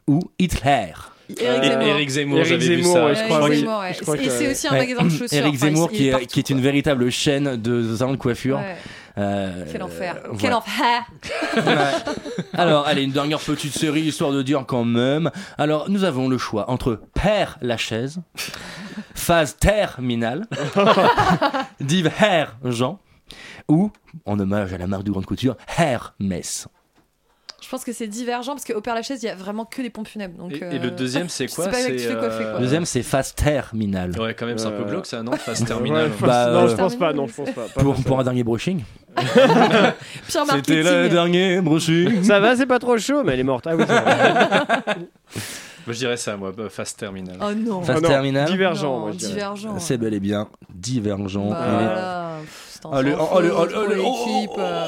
Speaker 9: ou Hitler
Speaker 12: Éric
Speaker 11: Euh,
Speaker 12: Zemmour.
Speaker 11: Éric Zemmour,
Speaker 3: Éric
Speaker 11: j'avais vu
Speaker 3: Zemmour,
Speaker 11: ça.
Speaker 3: ouais, je
Speaker 12: Ouais,
Speaker 3: crois
Speaker 12: Éric
Speaker 3: que-
Speaker 12: Zemmour, ouais.
Speaker 3: je crois
Speaker 12: Et
Speaker 3: que-
Speaker 12: c'est aussi un
Speaker 9: Ouais.
Speaker 12: magasin de chaussures.
Speaker 9: Éric
Speaker 12: enfin,
Speaker 9: Zemmour
Speaker 12: il
Speaker 9: qui, est,
Speaker 12: partout,
Speaker 9: qui est une
Speaker 12: quoi.
Speaker 9: véritable chaîne de salons de coiffure.
Speaker 12: Ouais.
Speaker 9: Euh,
Speaker 12: Quel enfer.
Speaker 9: voilà.
Speaker 12: Quel enfer.
Speaker 9: Alors, allez, une dernière petite série, histoire de dire quand même. Alors, nous avons le choix entre Père Lachaise, phase [LAUGHS] terminale, Div Herr Jean, ou, en hommage à la marque de grande couture, Hermès.
Speaker 12: Je pense que c'est divergent parce qu'au Père Lachaise, il y a vraiment que des pompes funèbres. Donc,
Speaker 11: Et,
Speaker 12: euh,
Speaker 11: et le
Speaker 12: [LAUGHS]
Speaker 11: deuxième, c'est
Speaker 12: je
Speaker 11: quoi
Speaker 12: sais pas avec qui tu fais coiffer, quoi.
Speaker 9: Le Deuxième, c'est phase terminale.
Speaker 11: Ouais, quand même, c'est un peu
Speaker 3: Euh,
Speaker 11: glauque ça, non Phase
Speaker 3: Ouais,
Speaker 11: terminale.
Speaker 3: je pense-
Speaker 9: Bah,
Speaker 3: non,
Speaker 9: euh,
Speaker 3: je pense pas, non, je pense pas. pas
Speaker 9: Pour,
Speaker 3: comme ça.
Speaker 9: pour un dernier brushing
Speaker 12: Pire
Speaker 9: C'était
Speaker 12: marketing.
Speaker 9: le dernier brushing
Speaker 3: Ça va, c'est pas trop chaud, mais elle est morte. Ah oui, c'est vrai.
Speaker 11: Moi, je dirais ça, moi, bah, phase terminale.
Speaker 12: Oh non.
Speaker 9: Phase
Speaker 3: Ah non,
Speaker 9: terminale
Speaker 3: Divergent,
Speaker 12: Non,
Speaker 3: moi je dirais.
Speaker 12: divergent. hein.
Speaker 9: C'est bel et bien divergent.
Speaker 12: Bah,
Speaker 9: Il est-
Speaker 12: voilà. Pff, c'est un
Speaker 9: Oh, le-
Speaker 12: sans
Speaker 9: oh, le-
Speaker 12: faute
Speaker 9: oh,
Speaker 12: pour
Speaker 9: le-
Speaker 12: l'équipe, euh.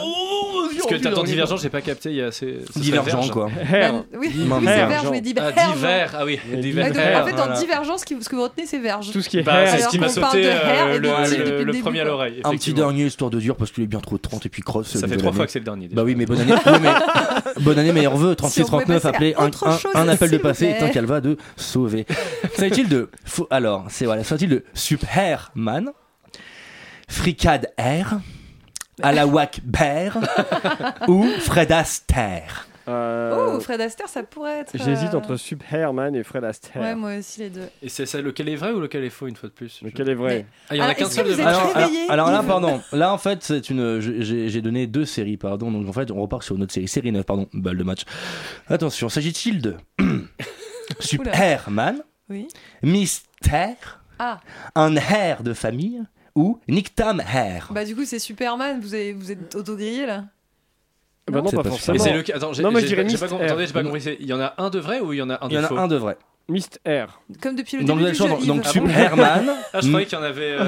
Speaker 11: Parce que t'attends divergent, j'ai pas capté, il y a assez. ce serait
Speaker 9: Divergent,
Speaker 11: Verge.
Speaker 9: quoi.
Speaker 3: Hair.
Speaker 12: Ben, Oui,
Speaker 9: Non,
Speaker 12: oui,
Speaker 9: mais-
Speaker 12: c'est verge, mais
Speaker 11: Ah,
Speaker 12: divergent.
Speaker 11: divers, ah oui,
Speaker 3: Et
Speaker 11: divers.
Speaker 12: Ouais, donc, en fait, dans
Speaker 9: Voilà.
Speaker 12: divergence, ce que- ce que vous retenez, c'est verge.
Speaker 3: Tout ce qui est
Speaker 11: Bah, c'est
Speaker 3: hair.
Speaker 11: ce qui m'a
Speaker 12: Alors qu'on parle
Speaker 11: sauté
Speaker 12: de hair
Speaker 11: euh,
Speaker 12: et de
Speaker 11: le-
Speaker 12: type
Speaker 11: le-
Speaker 12: depuis
Speaker 11: le
Speaker 12: le début,
Speaker 11: premier à
Speaker 12: quoi.
Speaker 11: l'oreille.
Speaker 9: Un petit
Speaker 11: effectivement.
Speaker 9: dernier histoire de dire parce qu'il est bien trop 30 et puis cross.
Speaker 11: Ça
Speaker 9: euh,
Speaker 11: fait
Speaker 9: de
Speaker 11: trois
Speaker 9: l'année.
Speaker 11: fois que c'est le dernier. déjà.
Speaker 9: Bah oui, mais bonne année, oui,
Speaker 12: [LAUGHS]
Speaker 9: mais bonne année, meilleurs vœux.
Speaker 12: Si on
Speaker 9: 36
Speaker 12: pouvait
Speaker 9: 39,
Speaker 12: passer à
Speaker 9: appelez un,
Speaker 12: autre
Speaker 9: un-
Speaker 12: chose,
Speaker 9: un appel de
Speaker 12: s'il vous
Speaker 9: passé est un
Speaker 12: plaît.
Speaker 9: calva de sauver. S'agit-il de fou- alors, c'est voilà, s'agit-il de Superman, Fricade Air, Alawak
Speaker 12: [LAUGHS]
Speaker 9: Bear ou Fred Astaire
Speaker 3: Euh,
Speaker 12: Oh, Fred Astaire, ça pourrait être.
Speaker 3: J'hésite
Speaker 12: euh,
Speaker 3: entre Sub Hairman et Fred Astaire.
Speaker 12: Ouais, moi aussi, les deux.
Speaker 11: Et c'est ça, lequel est vrai ou lequel est faux, une fois de plus
Speaker 3: Lequel est vrai
Speaker 11: Ah, il y en a
Speaker 12: Alors,
Speaker 11: qu'un
Speaker 12: est-ce
Speaker 11: seul
Speaker 12: que
Speaker 11: de
Speaker 12: vous êtes
Speaker 11: vrai.
Speaker 9: alors, alors,
Speaker 12: réveillé,
Speaker 9: alors là,
Speaker 12: Yves
Speaker 9: pardon. Là, en fait, c'est une. je- J'ai j'ai donné deux séries, pardon. Donc en fait, on repart sur une autre série, série 9, pardon, balle de match. Attention,
Speaker 12: [COUGHS]
Speaker 9: s'agit-il de Superman,
Speaker 12: Oui.
Speaker 9: Mystère,
Speaker 12: Ah.
Speaker 9: un hair de famille ou Nick Tam hair
Speaker 12: Bah, du coup, c'est Superman, vous, avez, vous êtes autogrillé là
Speaker 3: Bah non,
Speaker 9: C'est
Speaker 3: pas
Speaker 9: pas
Speaker 11: Mais
Speaker 3: forcément.
Speaker 11: c'est le Attends, j'ai
Speaker 3: Non, moi, je
Speaker 11: j'ai
Speaker 3: dirais
Speaker 11: pas- j'ai pas
Speaker 3: Mist
Speaker 11: compris.
Speaker 3: Air.
Speaker 11: Attendez, j'ai pas compris. c'est- Il y en a un de vrai ou il y en a un
Speaker 9: Il y
Speaker 11: de
Speaker 9: en
Speaker 11: faux
Speaker 9: a un de vrai.
Speaker 3: Mist Air.
Speaker 12: Comme depuis le début.
Speaker 9: Donc, vous
Speaker 12: Du
Speaker 9: avez le
Speaker 12: jeu,
Speaker 9: choix entre-
Speaker 12: Yves.
Speaker 9: donc
Speaker 11: Ah bon
Speaker 9: Superman.
Speaker 11: [LAUGHS] Ah, je croyais qu'il y en avait. euh,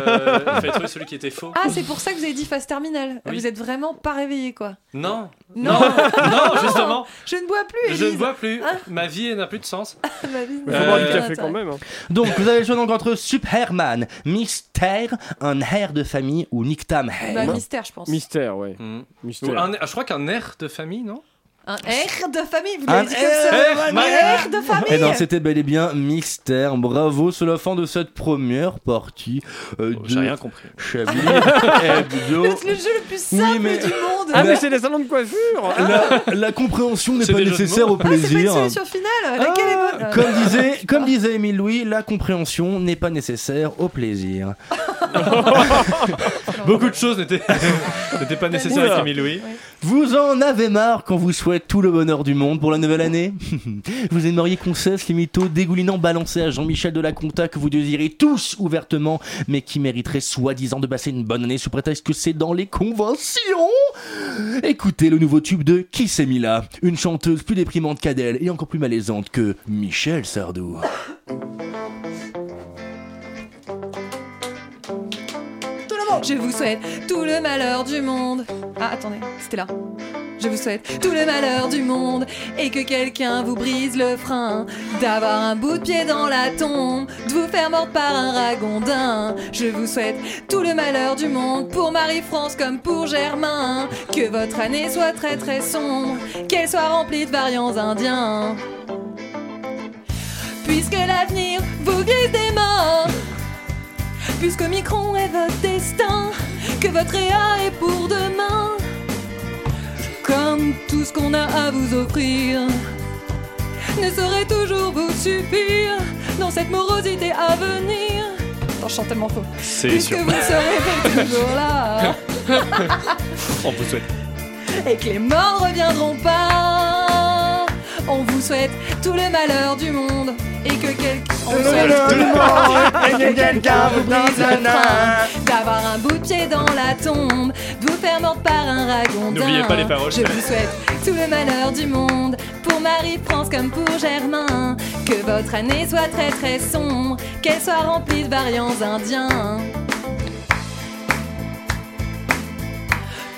Speaker 11: Il fallait trouver celui qui était faux.
Speaker 12: Ah, c'est pour ça que vous avez dit phase terminale.
Speaker 11: Oui.
Speaker 12: Vous êtes vraiment pas réveillé quoi.
Speaker 11: Non,
Speaker 12: Non.
Speaker 11: non, non, justement,
Speaker 12: Je ne bois plus,
Speaker 11: je ne
Speaker 12: Élise. [LAUGHS] Bah,
Speaker 11: bois plus. Ma vie n'a plus de sens.
Speaker 12: Ma vie
Speaker 3: Il
Speaker 12: ne
Speaker 3: faut
Speaker 11: Euh,
Speaker 3: boire du
Speaker 12: sert à
Speaker 3: café
Speaker 12: rien.
Speaker 3: quand même. hein.
Speaker 9: Hmm. Donc vous avez le choix donc entre Superman, Mystère, un hair de famille ou Nick Tam
Speaker 12: Bah,
Speaker 9: hair.
Speaker 12: mystère, je pense.
Speaker 3: Mystère, ouais.
Speaker 11: Ou
Speaker 3: Mystère.
Speaker 11: un- ah, je crois qu'un air de famille, non
Speaker 12: Un R de famille, vous
Speaker 9: Un
Speaker 12: l'avez dit comme ça.
Speaker 11: R,
Speaker 12: Un R de
Speaker 9: Et non,
Speaker 12: famille.
Speaker 9: Eh ben, c'était bel et bien Mystère. Bravo, c'est la fin de cette première partie euh,
Speaker 11: Oh, J'ai
Speaker 9: de
Speaker 11: rien compris. [LAUGHS]
Speaker 9: Chablis
Speaker 12: C'est
Speaker 9: Hebdo.
Speaker 12: le jeu le plus simple
Speaker 9: mais-
Speaker 12: du monde.
Speaker 3: Ah, mais c'est les salons de coiffure
Speaker 9: La, la compréhension n'est
Speaker 11: C'est
Speaker 9: pas
Speaker 11: des jeux de
Speaker 9: nécessaire
Speaker 11: mots.
Speaker 9: au
Speaker 12: Ah, c'est pas une
Speaker 9: plaisir. Ah,
Speaker 12: solution finale. Laquelle est bonne
Speaker 9: Comme disait, comme disait Émile Louis, la compréhension n'est pas nécessaire au plaisir.
Speaker 11: Beaucoup de choses n'étaient n'étaient pas nécessaires avec Émile Louis.
Speaker 9: Vous en avez marre qu'on vous souhaite tout le bonheur du monde pour la nouvelle année [LAUGHS] Vous aimeriez qu'on cesse les mythos dégoulinants balancés à Jean-Michel Delaconta que vous désirez tous ouvertement, mais qui mériterait soi-disant de passer une bonne année sous prétexte que c'est dans les conventions Écoutez le nouveau tube de Qui s'est mis là Une chanteuse plus déprimante qu'Adèle et encore plus malaisante que Michel Sardou.
Speaker 12: Tout le monde. Je vous souhaite tout le malheur du monde. Ah, attendez, c'était là. Je vous souhaite tout le malheur du monde et que quelqu'un vous brise le frein. D'avoir un bout de pied dans la tombe, de vous faire mordre par un ragondin. Je vous souhaite tout le malheur du monde pour Marie-France comme pour Germain. Que votre année soit très très sombre, qu'elle soit remplie de variants indiens. Puisque l'avenir vous glisse des mains, puisque Micron est votre destin, que votre EA est pour demain. Comme tout ce qu'on a à vous offrir ne saurait toujours vous suffire dans cette morosité à venir. Attends, je chante tellement faux.
Speaker 11: C'est
Speaker 12: Puisque vous serez toujours là
Speaker 11: On vous souhaite.
Speaker 12: et que les morts reviendront pas. On vous souhaite tout le malheur du monde et que quelqu'un.
Speaker 3: Tout le monde
Speaker 6: que quelqu'un vous brise le train. D'avoir un bout de pied dans la tombe, de vous faire mordre par un ragondin.
Speaker 12: N'oubliez pas les paroles.
Speaker 6: Je vous souhaite tout le malheur du monde, pour Marie-France comme pour Germain. Que votre année soit très très sombre, qu'elle soit remplie de variants indiens.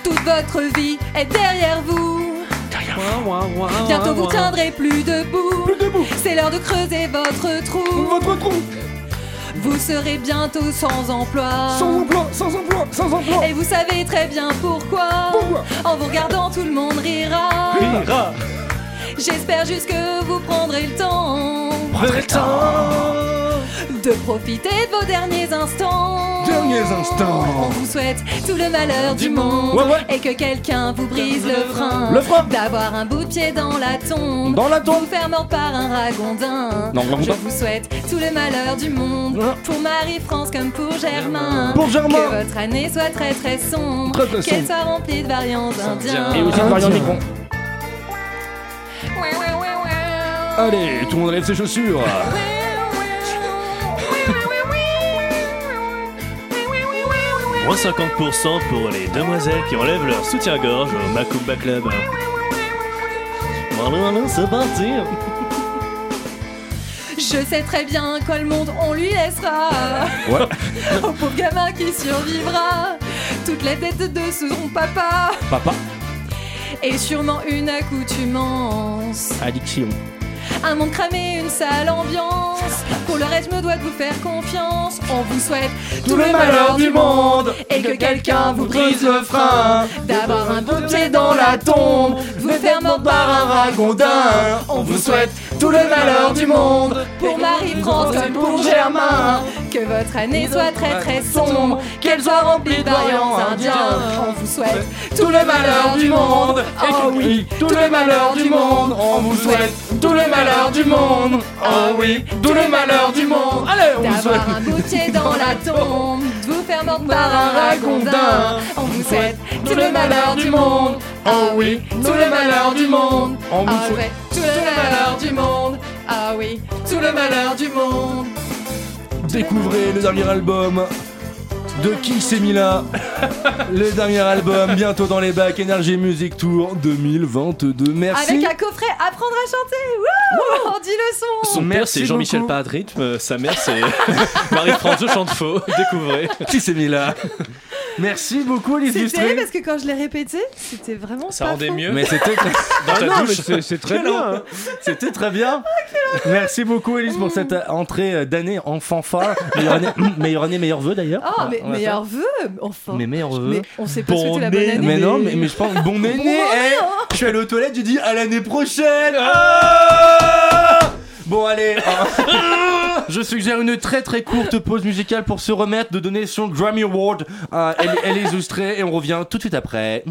Speaker 6: Toute votre vie est derrière vous. Bientôt vous tiendrez plus debout. C'est l'heure de creuser votre trou.
Speaker 3: Ah.
Speaker 6: Votre trou. Vous serez bientôt sans emploi. Sans emploi, sans emploi, sans emploi. Et vous savez très bien pourquoi. En vous regardant, tout le monde rira.
Speaker 12: Rira.
Speaker 6: J'espère juste que vous prendrez le temps.
Speaker 9: Prendrez le temps.
Speaker 6: De profiter de vos derniers instants.
Speaker 9: Derniers instants.
Speaker 6: On vous souhaite tout le malheur du monde
Speaker 9: Ouais, ouais.
Speaker 6: et que quelqu'un vous brise le frein.
Speaker 9: Le frein.
Speaker 6: D'avoir un bout de pied dans la tombe.
Speaker 9: Dans la tombe.
Speaker 6: Vous faire mordre par un ragondin.
Speaker 9: Non, non,
Speaker 6: Je
Speaker 9: non.
Speaker 6: vous souhaite tout le malheur du monde pour Marie-France comme pour Germain.
Speaker 9: Pour Germain.
Speaker 6: Que votre année soit très très sombre.
Speaker 9: Très, très
Speaker 6: Qu'elle
Speaker 9: sombre.
Speaker 6: soit remplie de variants indiens.
Speaker 7: Et aussi de variant micron.
Speaker 6: Ouais, ouais, ouais, ouais.
Speaker 7: Allez, tout le monde enlève ses chaussures.
Speaker 11: Moins 50% pour les demoiselles qui enlèvent leur soutien-gorge au Macumba Club. Allons, allons, c'est parti
Speaker 6: Je sais très bien que le monde on lui laissera
Speaker 11: Ouais.
Speaker 6: [LAUGHS] Au pauvre gamin qui survivra Toutes les têtes de son papa
Speaker 7: Papa,
Speaker 6: Et sûrement une accoutumance
Speaker 7: addiction.
Speaker 6: Un monde cramé, une sale ambiance Pour le reste je me dois de vous faire confiance On vous souhaite tout, le malheur du monde Et que quelqu'un vous brise le frein D'avoir un beau pied dans la tombe Vous faire mordre par un ragondin On vous souhaite tout le malheur du monde Pour Marie-France comme pour Germain Que votre année soit très très sombre Qu'elle soit remplie de variants indiens On vous souhaite tout le malheur du monde Oh oui, tout le malheur du monde On vous souhaite tout le malheur du monde
Speaker 11: Ah
Speaker 6: Oh oui, tout le malheur du monde Allez, on vous souhaite un boutier dans la tombe De vous faire mordre par un ragondin On vous souhaite tout le malheur du monde Oh oui, tout le malheur du monde
Speaker 7: On vous
Speaker 6: Ah
Speaker 7: souhaite-
Speaker 6: ouais, tout le malheur du monde Ah oui, tout le malheur du monde
Speaker 9: Découvrez le dernier album de qui c'est Mila Le dernier album bientôt dans les bacs Energy Music Tour 2022. Merci.
Speaker 6: Avec un coffret Apprendre à chanter Wouh On dit le son
Speaker 12: Son père,
Speaker 9: Merci
Speaker 12: c'est Jean-Michel
Speaker 9: beaucoup.
Speaker 12: Pas de rythme. euh, Sa mère, c'est Marie-France de
Speaker 11: [LAUGHS]
Speaker 12: Chantefaux. Découvrez.
Speaker 9: Qui c'est Mila Merci beaucoup les
Speaker 6: C'est terrible
Speaker 9: illustrés.
Speaker 6: parce que quand je l'ai répété, c'était vraiment
Speaker 12: Ça
Speaker 6: pas
Speaker 12: rendait
Speaker 6: faux.
Speaker 12: mieux.
Speaker 9: Mais c'était très... Ah
Speaker 12: Dans ta douche. Quel
Speaker 9: bien. hein. C'était très bien. Merci beaucoup Elise pour cette euh, entrée euh, d'année en fanfare. Meilleure année, meilleure année, meilleurs vœux d'ailleurs.
Speaker 6: Oh,
Speaker 9: On va-
Speaker 6: mais
Speaker 9: on va
Speaker 6: meilleurs
Speaker 9: faire.
Speaker 6: vœux Enfin
Speaker 9: Mes meilleurs vœux.
Speaker 6: Mais on s'est pas souhaité la bonne
Speaker 9: né-
Speaker 6: année.
Speaker 9: Mais non, mais, mais je pense [LAUGHS] bon né.
Speaker 6: Bon
Speaker 9: né,
Speaker 6: année,
Speaker 9: eh.
Speaker 6: hein.
Speaker 9: Je suis allé aux toilettes, j'ai dit à l'année prochaine. Ah bon allez. ah. [LAUGHS] Je suggère une très très courte pause musicale pour se remettre de donner son Grammy Award à Elle, elle est illustrée et on revient tout de suite après.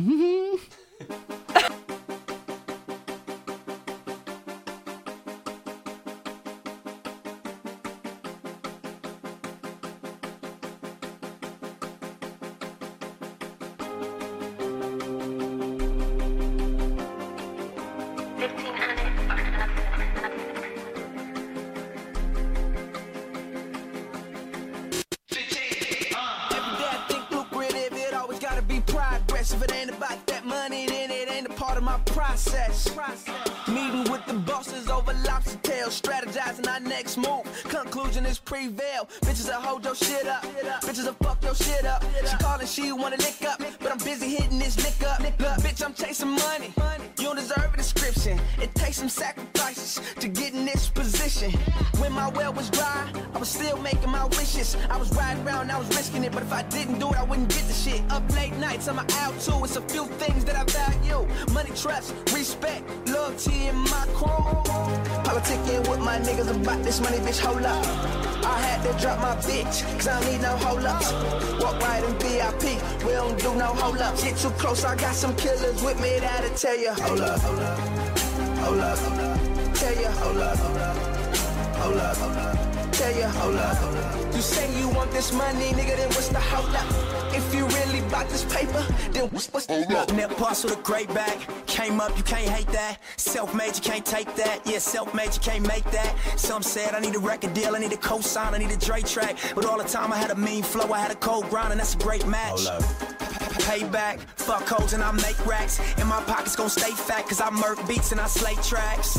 Speaker 13: that think lucrative, it always gotta be progress. If it ain't about that money, then it ain't a part of my process. Meeting with the bosses over lobster tails, strategizing our next move. Conclusion is prevail. Bitches that hold your shit up, bitches that fuck your shit up. She calling, she wanna lick up, but I'm busy hitting this lick up. Look, bitch, I'm chasing money. You don't deserve a description. It takes some sacrifices to get in this position. When my well was dry, I was still making my wishes. I was riding around, I was risking it, but if I didn't do it, I wouldn't get the shit. Up late nights, I'm an out too. It's a few things that I value: money, trust, respect, loyalty, and my crew. Politicking with my niggas about this money, bitch. Hold up. I had to drop my bitch, cause I don't need no hold ups. Walk right in VIP, we don't do no hold ups. Get too close, I got some killers with me that'll tell you. Hold up, hold up, hold up, hold up. Tell you, hold up, hold up, hold up, hold up. tell you, hold up. You say you want this money, nigga, then what's the hold up? If you really bought this paper, then what's, what's the hold up?
Speaker 14: Net parcel the great back. Came up, you can't hate that. Self made, you can't take that. Yeah, self made, you can't make that. Some said I need a record deal, I need a co sign, I need a Dre track. But all the time I had a mean flow, I had a cold grind, and that's a great match. Payback, fuck hoes and I make racks. And my pockets gon' stay fat, cause I murk beats and I slay tracks.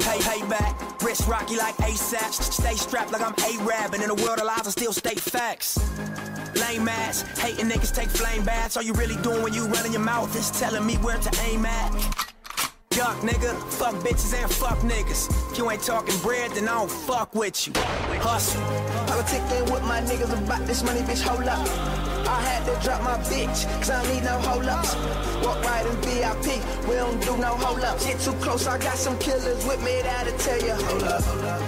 Speaker 14: Pay, payback, wrist rocky like ASAP. Stay strapped like I'm A-Rab, and in a world of lies, I still state facts. Lame ass, hating niggas take flame baths. All you really doing when you running your mouth is telling me where to aim at. Duck, nigga. Fuck bitches and fuck niggas. If you ain't talking bread, then I don't fuck with you. Hustle.
Speaker 13: I'ma take in with my niggas about this money, bitch, hold up. I had to drop my bitch, cause I don't need no hold ups. Walk right in VIP, we don't do no hold ups. Get too close, I got some killers with me that'll tell you, hold up, hold up,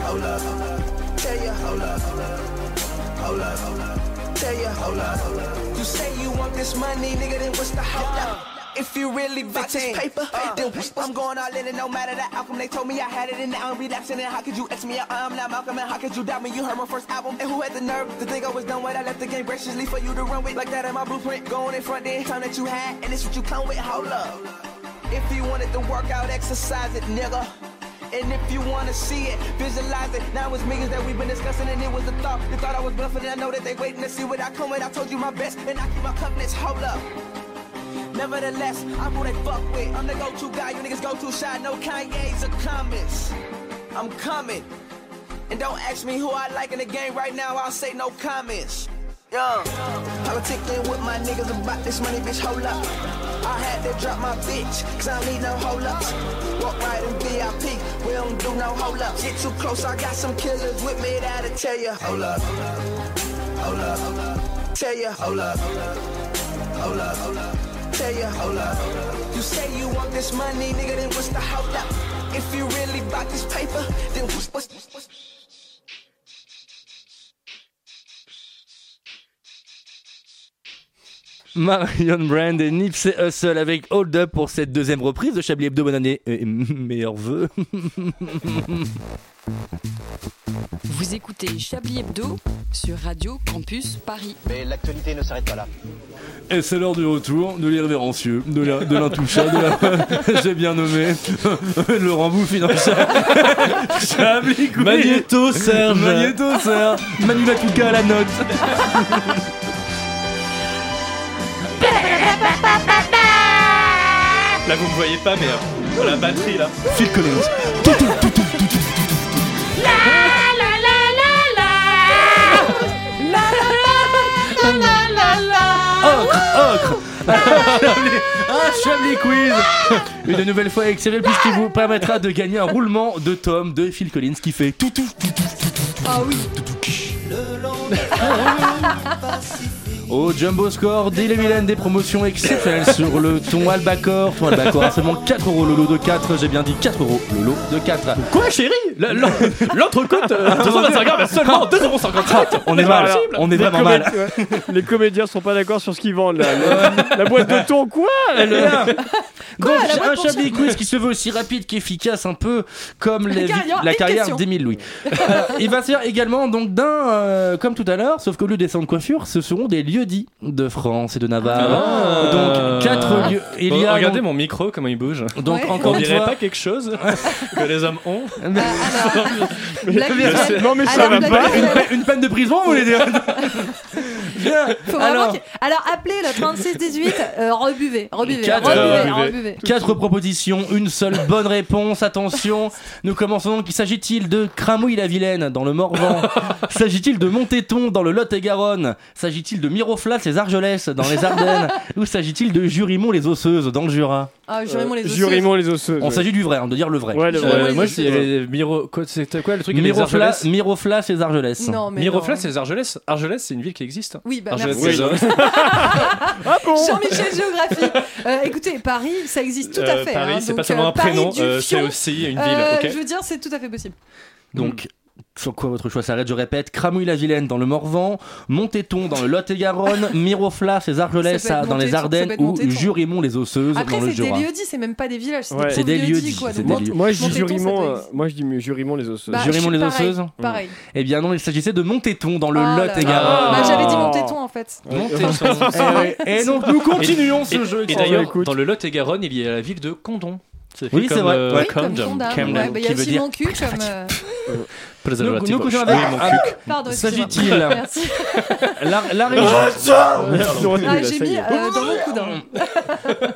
Speaker 13: hold up, hold up. tell you, hold up, hold up, hold up, hold up, tell you, hold up, hold up. You say you want this money, nigga, then what's the hold up? If you really bought this paper, then what's I'm going all in and no matter the outcome, they told me I had it and now I'm relapsing. And how could you X me out? I'm not Malcolm, and how could you doubt me? You heard my first album, and who had the nerve to think I was done with? I left the game graciously for you to run with like that in my blueprint. Going in front, then time that you had, and it's what you come with. Hold up. If you wanted to work out, exercise it, nigga. And if you wanna see it, visualize it. Now it's millions that we've been discussing, and it was a thought. They thought I was bluffing, and I know that they waiting to see what I come with. I told you my best, and I keep my covenants. Hold up. Nevertheless, I'm who they fuck with. I'm the go-to guy. You niggas go too shy. No Kanye's or comments. I'm coming. And don't ask me who I like in the game right now. I'll say no comments. Yeah. I'ma take in with my niggas about this money, bitch. Hold up. I had to drop my bitch, cause I don't need no hold ups. Walk right in VIP, we don't do no hold ups. Get too close, I got some killers with me that'll tell you. Hold up. Hold up. Hold up. Tell you. Hold up. Hold up. Hold up tell you, hold up. You say you want this money, nigga, then what's the hold up? If you really bought this paper, then what's, what's, what's
Speaker 9: [LAUGHS] Marion Brand et Nips et Hustle avec Hold Up pour cette deuxième reprise de Chablis Hebdo. Bonne année et meilleurs vœux.
Speaker 7: Vous écoutez Chablis Hebdo sur Radio Campus Paris.
Speaker 4: Mais l'actualité ne s'arrête pas là.
Speaker 1: Et c'est l'heure du retour de l'irrévérencieux, de la- de l'intouchable, de la- [LAUGHS] j'ai bien nommé Laurent Bouffin. [LAUGHS] Chablis Quiz.
Speaker 15: Magnéto Serge.
Speaker 1: Magnéto Serge. Manu Lacouka à la note.
Speaker 11: Là, vous me voyez pas, mais euh, la batterie là.
Speaker 1: Phil Collins.
Speaker 9: Ocre, ocre. Un Chablis
Speaker 11: [LAUGHS]
Speaker 9: Quiz Une nouvelle fois avec Cyril puisqu'il vous permettra de gagner un roulement de tome de Phil Collins qui fait tout tout tout
Speaker 12: Ah oui.
Speaker 9: Au jumbo score, dès les Milan, des promotions exceptionnelles sur le ton Albacore. Ton Albacore à seulement 4 euros le lot de 4. J'ai bien dit 4 euros le lot de 4.
Speaker 11: Quoi, chérie La- la- L'entrecôte, euh, 225 grammes, mais seulement 2,55€.
Speaker 9: Ah, On est
Speaker 11: C'est
Speaker 9: mal,
Speaker 11: pas
Speaker 9: là.
Speaker 11: possible.
Speaker 9: On
Speaker 11: Les
Speaker 9: est vraiment mal.
Speaker 11: comé- ouais. Les comédiens sont pas d'accord sur ce qu'ils vendent là. Le- La boîte de thon, quoi
Speaker 9: [LAUGHS]
Speaker 11: le-
Speaker 9: Donc, un Chablis Quiz qui se veut aussi rapide qu'efficace, un peu comme les-
Speaker 12: carrière-
Speaker 9: la
Speaker 12: une
Speaker 9: carrière
Speaker 12: question.
Speaker 9: d'Émile Louis. Euh, il va se faire également donc d'un, euh, comme tout à l'heure, sauf qu'au lieu des centres de coiffure, ce seront des lieux-dits de France et de Navarre. donc, quatre lieux. Il y a
Speaker 11: Ah. Oh, regardez
Speaker 9: donc-
Speaker 11: mon micro, comment il bouge.
Speaker 9: Donc, Ouais. encore
Speaker 11: On
Speaker 9: une
Speaker 11: dirait
Speaker 9: fois-
Speaker 11: pas quelque chose que les hommes ont.
Speaker 6: Ah,
Speaker 7: Ah,
Speaker 6: [LAUGHS]
Speaker 12: Blague
Speaker 11: Mais
Speaker 12: de-
Speaker 11: c'est- non, mais ça
Speaker 12: Alors,
Speaker 11: va
Speaker 12: blague
Speaker 11: pas.
Speaker 12: de-
Speaker 9: Ah, Une,
Speaker 11: [LAUGHS]
Speaker 9: pa- une peine de prison, vous voulez dire Bien.
Speaker 12: Faut vraiment
Speaker 9: Alors,
Speaker 12: qu'il- Alors appelez le 3618, euh, rebuvez, rebuvez,
Speaker 9: Quatre,
Speaker 12: rebuvez,
Speaker 9: euh,
Speaker 12: rebuvez.
Speaker 9: quatre propositions, une seule bonne réponse. Attention, nous commençons donc. S'agit-il de Cramouille-la-Vilaine dans
Speaker 11: [LAUGHS]
Speaker 9: le Morvan S'agit-il de Montéton dans le Lot-et-Garonne S'agit-il de Miroflate-les Argelès dans
Speaker 11: [LAUGHS]
Speaker 9: les Ardennes Ou s'agit-il de Jurimont-les Osseuses dans le Jura
Speaker 12: Ah, jurément
Speaker 6: Euh,
Speaker 12: les osseuses.
Speaker 11: les osseuses.
Speaker 9: On s'agit du vrai, hein, de dire le vrai.
Speaker 11: Ouais, le vrai.
Speaker 9: Euh,
Speaker 11: moi,
Speaker 9: moi,
Speaker 11: il y avait Miro. quoi, C'était quoi le truc avec les
Speaker 9: Mirofla-
Speaker 11: Argelès
Speaker 9: Miroflate-les Argelès.
Speaker 12: Non, mais
Speaker 11: Miroflate,
Speaker 12: non.
Speaker 11: c'est les Argelès. Argelès, c'est une ville qui existe.
Speaker 12: Oui, bah,
Speaker 11: Argelès,
Speaker 12: merci.
Speaker 11: c'est
Speaker 12: Oui.
Speaker 11: les hommes.
Speaker 12: Ah Jean-Michel Géographie. Euh, écoutez, Paris, ça existe tout à
Speaker 11: Euh,
Speaker 12: fait.
Speaker 11: Paris,
Speaker 12: hein,
Speaker 11: c'est pas
Speaker 12: donc,
Speaker 11: seulement
Speaker 12: euh,
Speaker 11: un
Speaker 12: Paris
Speaker 11: prénom,
Speaker 12: du
Speaker 11: euh, c'est
Speaker 12: Fion.
Speaker 11: aussi une ville,
Speaker 12: Euh,
Speaker 11: ok.
Speaker 12: Je veux dire, c'est tout à fait possible.
Speaker 9: Donc, Sur quoi votre choix s'arrête Je répète, Cramouille-la-Vilaine dans le Morvan, Montéton dans le Lot-et-Garonne, Mirofla, les Argelès
Speaker 12: Ça peut être
Speaker 9: ça, dans les
Speaker 12: Montéton,
Speaker 9: Ardennes
Speaker 12: ça peut être
Speaker 9: ou
Speaker 12: Montéton.
Speaker 9: Jurimont-les-Osseuses
Speaker 12: Après,
Speaker 9: dans le
Speaker 12: c'est des
Speaker 9: Jura.
Speaker 12: lieux-dits, c'est même pas des villages.
Speaker 9: Ouais. C'est
Speaker 12: des
Speaker 9: des
Speaker 12: pauvres lieux-dits,
Speaker 9: lieux-dits,
Speaker 12: quoi.
Speaker 9: c'est
Speaker 12: Donc,
Speaker 9: des
Speaker 12: Mont-
Speaker 9: lieux.
Speaker 3: Moi, je dis
Speaker 12: Montéton, ça
Speaker 3: jurimont,
Speaker 12: peut
Speaker 3: euh, moi, je dis mu- jurimont les osseuses.
Speaker 12: Bah,
Speaker 9: Jurimont les
Speaker 12: pareil,
Speaker 9: osseuses
Speaker 12: pareil.
Speaker 9: Eh bien non, il s'agissait de Montéton dans le Bah,
Speaker 12: Ah là là.
Speaker 9: Lot-et-Garonne.
Speaker 12: Bah, j'avais
Speaker 9: Oh.
Speaker 12: dit Montéton en fait.
Speaker 3: Eh
Speaker 9: Et donc nous [LAUGHS] continuons
Speaker 11: Et-
Speaker 9: ce jeu.
Speaker 11: Et d'ailleurs, dans le Lot-et-Garonne, il y a la ville de Condon.
Speaker 9: Oui, c'est vrai.
Speaker 11: euh,
Speaker 9: Oui,
Speaker 12: Comme
Speaker 11: Condom.
Speaker 12: Condam.
Speaker 11: Condom,
Speaker 12: Ouais, bah, Il y a
Speaker 11: qui veut
Speaker 12: aussi
Speaker 11: dire-
Speaker 12: mon cul comme. euh,
Speaker 9: Nous,
Speaker 11: Préservatif.
Speaker 9: Ah. nous continuons
Speaker 11: Oui,
Speaker 9: avec.
Speaker 11: mon
Speaker 9: ah,
Speaker 11: cul.
Speaker 12: Pardon, excusez-moi.
Speaker 9: S'agit-il
Speaker 12: Merci.
Speaker 9: [LAUGHS] la, la
Speaker 12: Ah,
Speaker 9: région
Speaker 12: j'ai mis euh, dans mon
Speaker 9: [LAUGHS]
Speaker 12: coudin.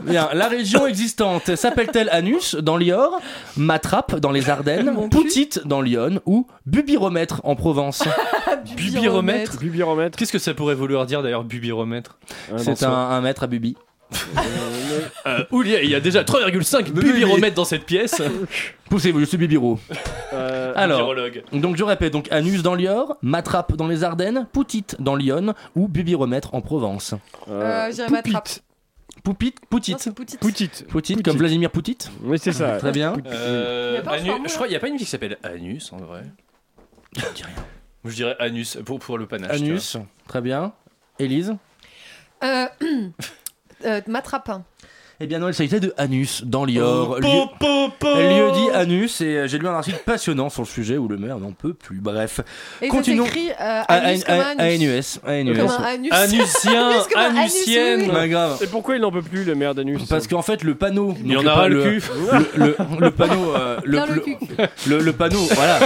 Speaker 9: Bien, la région existante s'appelle-t-elle Anus dans l'Ior, Matrappe dans les Ardennes, Poutite dans l'Yonne ou Bubiromètre en Provence
Speaker 11: Ah, Bubiromètre. Bubiromètre. Qu'est-ce que ça pourrait vouloir dire d'ailleurs, bubiromètre
Speaker 3: hein,
Speaker 9: C'est un, un mètre à Bubi.
Speaker 11: Euh, où il y a- il y a déjà 3,5 bubiromètres dans cette pièce.
Speaker 9: Poussez-vous, je suis Bibiro.
Speaker 3: Euh,
Speaker 12: Euh,
Speaker 9: Alors,
Speaker 11: bubirologue.
Speaker 9: donc je répète, donc Anus dans l'Ior, Matrappe dans les Ardennes, Poutite dans l'Yonne ou Bubiromètre en Provence.
Speaker 12: Euh, J'irai ma trappe.
Speaker 9: Poupite, Poutite.
Speaker 12: Ah, Poutite.
Speaker 9: Poutite. comme Vladimir Poutite.
Speaker 3: Oui, c'est ça.
Speaker 9: Très bien.
Speaker 11: Euh,
Speaker 12: Il y a pas un
Speaker 11: Anu-
Speaker 12: formulaire
Speaker 11: Je crois qu'il n'y a pas une ville qui s'appelle Anus en vrai. Je dirais Anus pour, pour le panache. tu
Speaker 9: Anus,
Speaker 11: vois.
Speaker 9: très bien. Élise
Speaker 12: Euh, [CLEARS THROAT] euh, ma trappe.
Speaker 9: Eh bien non, il s'agissait de Anus dans l'Ior.
Speaker 12: Oh,
Speaker 9: lieu-
Speaker 12: po, po, po.
Speaker 9: lieu dit Anus et euh, j'ai lu un article passionnant sur le sujet où le maire n'en peut plus. Bref,
Speaker 12: Et ça
Speaker 9: continuons.
Speaker 12: s'écrit, euh, anus comme un
Speaker 9: anus. anus.
Speaker 12: Comme un anus. Anusien, Anus comme un anus, anusienne. oui, oui.
Speaker 9: Pas grave.
Speaker 3: Et pourquoi il n'en peut plus, le maire d'Anus
Speaker 9: Parce qu'en fait, le panneau.
Speaker 11: Euh, Il y
Speaker 9: donc
Speaker 11: en a ras le
Speaker 9: le
Speaker 11: cul.
Speaker 9: Le, le- le panneau. euh, le,
Speaker 12: Dans le
Speaker 9: le-
Speaker 12: cul.
Speaker 9: [LAUGHS] le- le panneau, voilà.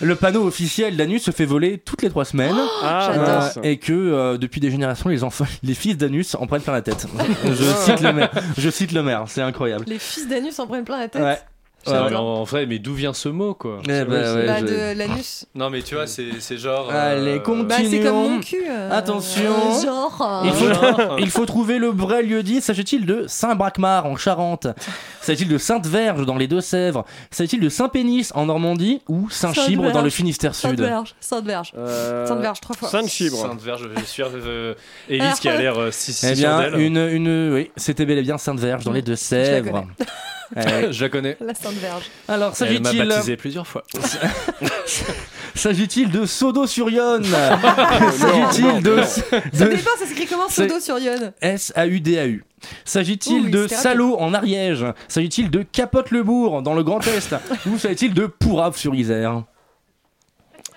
Speaker 9: Le panneau officiel d'Anus se fait voler toutes les trois semaines.
Speaker 12: Oh,
Speaker 3: Ah,
Speaker 9: Euh,
Speaker 3: j'adore ça.
Speaker 9: et que euh, depuis des générations, les enfants, [LAUGHS] les fils d'Anus en prennent plein
Speaker 12: [LAUGHS]
Speaker 9: la tête. Je cite le maire. Je cite le maire. C'est incroyable.
Speaker 12: Les fils d'anus en prennent plein la tête.
Speaker 9: Ouais.
Speaker 11: C'est
Speaker 9: Ouais.
Speaker 11: vrai, mais en, en vrai, mais d'où vient ce mot quoi
Speaker 9: Eh ben, ouais, Ah,
Speaker 12: Bah,
Speaker 9: je-
Speaker 12: de l'anus.
Speaker 11: Non mais tu vois, c'est c'est genre. euh,
Speaker 9: Allez,
Speaker 12: Bah, c'est comme
Speaker 9: Continuons.
Speaker 12: mon cul. euh,
Speaker 9: Attention.
Speaker 12: Genre. euh,
Speaker 9: Il faut,
Speaker 11: Genre.
Speaker 9: il faut trouver le vrai lieu-dit. S'agit-il de Saint-Bracmar en Charente S'agit-il de Sainte-Verge dans les Deux-Sèvres S'agit-il de Saint-Pénis en Normandie Ou Saint-Chibre dans le Finistère Sud Euh,
Speaker 12: Sainte-Verge. Sainte-Verge.
Speaker 3: Euh,
Speaker 12: Sainte-Verge, trois fois.
Speaker 3: [LAUGHS]
Speaker 11: Sainte-Verge, je suis euh, Élise qui a l'air euh, si, si
Speaker 9: Eh bien,
Speaker 11: sûre d'elle.
Speaker 9: une, une, oui, c'était bel et bien Sainte-Verge dans les Deux-Sèvres. [LAUGHS]
Speaker 12: [LAUGHS]
Speaker 9: Eh,
Speaker 11: Je la connais.
Speaker 12: La Sainte-Verge.
Speaker 9: Alors,
Speaker 11: Elle
Speaker 12: euh,
Speaker 11: m'a
Speaker 9: s'agit-il-
Speaker 11: baptisé plusieurs fois.
Speaker 9: S'agit-il de Sodo-sur-Yonne
Speaker 12: [LAUGHS]
Speaker 3: Ah,
Speaker 9: S'agit-il de,
Speaker 12: Ça
Speaker 9: de-
Speaker 12: dépend, ça s'écrit comment,
Speaker 9: C'est-
Speaker 12: Sodo sur Yonne
Speaker 9: S-A-U-D-A-U. S'agit-il
Speaker 12: Ouh,
Speaker 9: de
Speaker 12: c'est rapide.
Speaker 9: Salot en Ariège S'agit-il de Capote-le-Bourg dans le Grand
Speaker 12: [LAUGHS]
Speaker 9: Est Ou s'agit-il de Pourrave sur Isère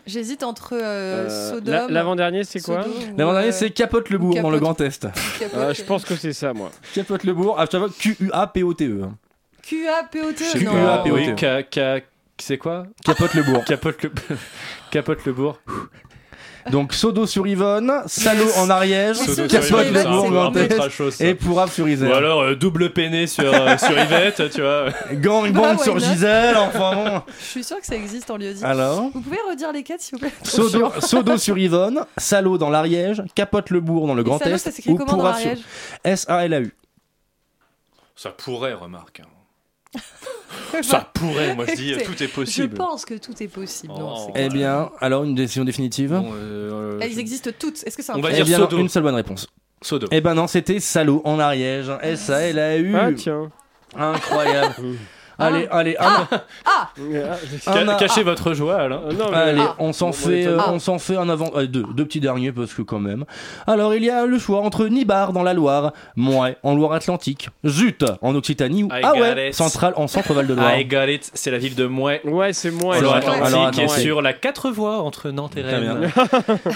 Speaker 12: J'hésite entre euh,
Speaker 3: Euh, la-
Speaker 12: Sodome.
Speaker 3: L'avant-dernier, c'est quoi
Speaker 12: Sodome ou,
Speaker 9: L'avant-dernier,
Speaker 12: euh,
Speaker 9: c'est Capote-le-Bourg dans le Grand Est. ah,
Speaker 12: Capote.
Speaker 3: Euh, Je pense que c'est ça, moi.
Speaker 9: Capote-le-Bourg, à chaque fois, Q-U-A-P-O-T-E. hein.
Speaker 12: QAPOTE.
Speaker 9: sais
Speaker 12: non.
Speaker 9: plus, là,
Speaker 11: Ah Oui,
Speaker 9: P.O.T..
Speaker 11: ca- ca- c'est quoi
Speaker 12: [LAUGHS]
Speaker 9: Capote-le-Bourg.
Speaker 11: Capote le [LAUGHS] Capote le bourg.
Speaker 9: Donc Sodo sur Yvonne, Salot en Ariège,
Speaker 11: Sodo sur Yvonne, ça,
Speaker 9: Capote-le-Bourg
Speaker 11: on
Speaker 9: Grand
Speaker 11: va mettre à chaud,
Speaker 9: Est
Speaker 11: ça.
Speaker 9: et Pourrave sur
Speaker 11: Ou
Speaker 9: Isère.
Speaker 11: alors euh, double peiné sur, euh, sur Yvette, tu vois.
Speaker 9: Gangbang
Speaker 12: Ah, why
Speaker 9: sur
Speaker 12: not
Speaker 9: Gisèle, enfin bon.
Speaker 12: Je suis sûr que ça existe en lieu dit.
Speaker 9: Alors
Speaker 12: Vous pouvez redire les quatre, s'il vous plaît
Speaker 9: Ah [LAUGHS] Sodo, Sodo sur Yvonne, Salot dans l'Ariège, Capote-le-Bourg dans le
Speaker 12: Et
Speaker 9: Grand
Speaker 12: Salot,
Speaker 9: Est.
Speaker 12: ça s'écrit
Speaker 9: ou
Speaker 12: comment dans
Speaker 9: Pourrave sur...
Speaker 12: l'Ariège
Speaker 9: S-A-L-A-U.
Speaker 11: Ça pourrait, remarque. hein.
Speaker 12: [LAUGHS]
Speaker 11: Ça pourrait, moi je dis, euh, tout est possible.
Speaker 12: Je pense que tout est possible. non,
Speaker 11: Oh.
Speaker 12: c'est-
Speaker 9: Eh bien, alors une décision définitive
Speaker 11: Bon, euh, euh,
Speaker 12: Elles existent toutes. Est-ce que c'est un
Speaker 11: On va
Speaker 12: fait
Speaker 9: Eh
Speaker 11: dire
Speaker 9: bien,
Speaker 11: Sodo.
Speaker 9: non, une seule bonne réponse.
Speaker 11: Sodo.
Speaker 9: Eh ben non, c'était Salot en Ariège. hein. S A L A U.
Speaker 3: Ah, tiens.
Speaker 12: [LAUGHS]
Speaker 9: Incroyable. allez, allez, un-
Speaker 12: Ah
Speaker 9: Un à-
Speaker 11: Ca- Cachez votre joie, Alain.
Speaker 3: Euh, non, mais-
Speaker 9: allez,
Speaker 3: Ah.
Speaker 9: on s'en
Speaker 3: Bon,
Speaker 9: fait,
Speaker 3: bon,
Speaker 9: euh,
Speaker 3: étonnant.
Speaker 9: on s'en fait un avant, euh, deux, deux petits derniers parce que quand même. Alors il y a le choix entre Nibar dans la Loire, Moët en Loire-Atlantique, Zut en Occitanie ou
Speaker 11: I
Speaker 9: ah
Speaker 11: got
Speaker 9: ouais,
Speaker 11: it.
Speaker 9: Centrale en Centre-Val de Loire.
Speaker 11: I got it, Ah, c'est la ville de Mouais.
Speaker 3: Ouais, c'est moi.
Speaker 11: Alors,
Speaker 9: Alors,
Speaker 11: Atlantique qui est
Speaker 9: attends, c'est-
Speaker 11: sur la 4 voies entre Nantes et
Speaker 9: Très bien.
Speaker 11: Rennes.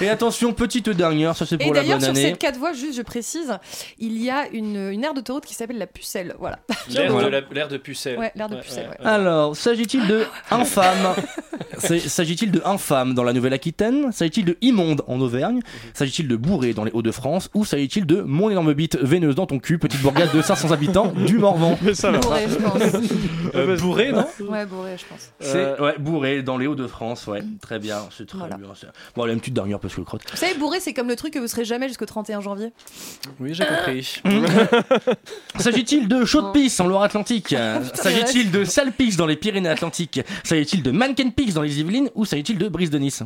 Speaker 9: Et attention, petite dernière, ça c'est
Speaker 12: Et
Speaker 9: pour la
Speaker 12: d'ailleurs,
Speaker 9: bonne
Speaker 12: sur
Speaker 9: année.
Speaker 12: cette quatre voies, juste je précise, il y a une, une aire d'autoroute qui s'appelle la Pucelle. Voilà.
Speaker 11: L'air de,
Speaker 9: Voilà.
Speaker 11: la- l'air de pucelle.
Speaker 12: Ouais, l'air de pucelle, ouais.
Speaker 9: Alors, s'agit-il
Speaker 12: [LAUGHS]
Speaker 9: de infâme C'est- S'agit-il de infâme dans la Nouvelle-Aquitaine S'agit-il de immonde en Auvergne S'agit-il de bourré dans les Hauts-de-France Ou s'agit-il de mon énorme bite veineuse dans ton cul, petite bourgade de 500 habitants du Morvan
Speaker 3: Mais ça va.
Speaker 12: Bourré, je
Speaker 3: [LAUGHS]
Speaker 12: pense.
Speaker 11: Euh, bourré, non
Speaker 12: Ouais, bourré, je pense.
Speaker 9: C'est ouais, bourré dans les Hauts-de-France, ouais, très bien, c'est très
Speaker 12: Euh, Mm. Voilà.
Speaker 9: bien. c'est- Bon, allez, une petite dernière parce que le crotte.
Speaker 12: Vous savez, bourré, c'est comme le truc que vous serez jamais jusqu'au 31 janvier.
Speaker 11: Oui, j'ai compris.
Speaker 12: Euh, [LAUGHS]
Speaker 9: S'agit-il de chaud de pisse en Loire-Atlantique Euh,
Speaker 12: putain,
Speaker 9: S'agit-il de sale pisse dans les Pyrénées-Atlantiques S'agit-il de mannequin pisse dans les Yvelines Ou s'agit-il de brise de Nice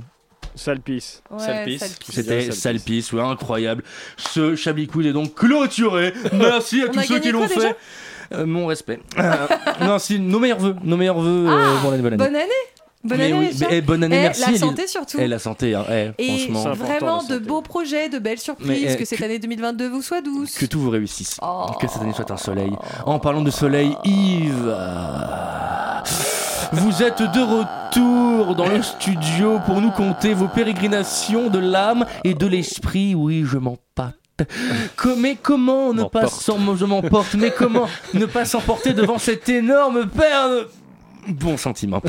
Speaker 3: Salpice.
Speaker 12: Ouais,
Speaker 11: Salpice.
Speaker 12: salpice.
Speaker 9: C'était Salpice, ouais, incroyable. Ce Chablis Quiz est donc
Speaker 12: [LAUGHS]
Speaker 9: clôturé. Merci à
Speaker 12: On
Speaker 9: tous
Speaker 12: a
Speaker 9: ceux qui
Speaker 12: gagné
Speaker 9: l'ont
Speaker 12: quoi, déjà
Speaker 9: fait. [LAUGHS] Euh, mon respect. Euh, non, si, nos meilleurs voeux. Nos meilleurs voeux euh, pour la nouvelle année.
Speaker 12: Ah, Bonne année Bonne
Speaker 9: Mais
Speaker 12: année,
Speaker 9: oui,
Speaker 12: Richard.
Speaker 9: mais, eh, bonne année,
Speaker 12: Eh,
Speaker 9: merci.
Speaker 12: La
Speaker 9: Lily.
Speaker 12: santé surtout.
Speaker 9: Eh, la santé, hein, eh,
Speaker 12: Et
Speaker 9: franchement.
Speaker 12: vraiment de beaux projets, de belles surprises,
Speaker 9: Mais, eh,
Speaker 12: que cette
Speaker 9: que-
Speaker 12: année 2022 vous soit douce.
Speaker 9: Que tout vous réussisse. Que cette année soit un soleil. En parlant de soleil, Yves. euh, Vous êtes de retour dans le studio pour nous conter vos pérégrinations de l'âme et de l'esprit. Oui, je m'empâte. Co- Mais comment ne pas
Speaker 15: M'emporte.
Speaker 9: s'en... Je m'emporte, mais comment ne pas s'emporter devant cette énorme paire de... Bon sentiment.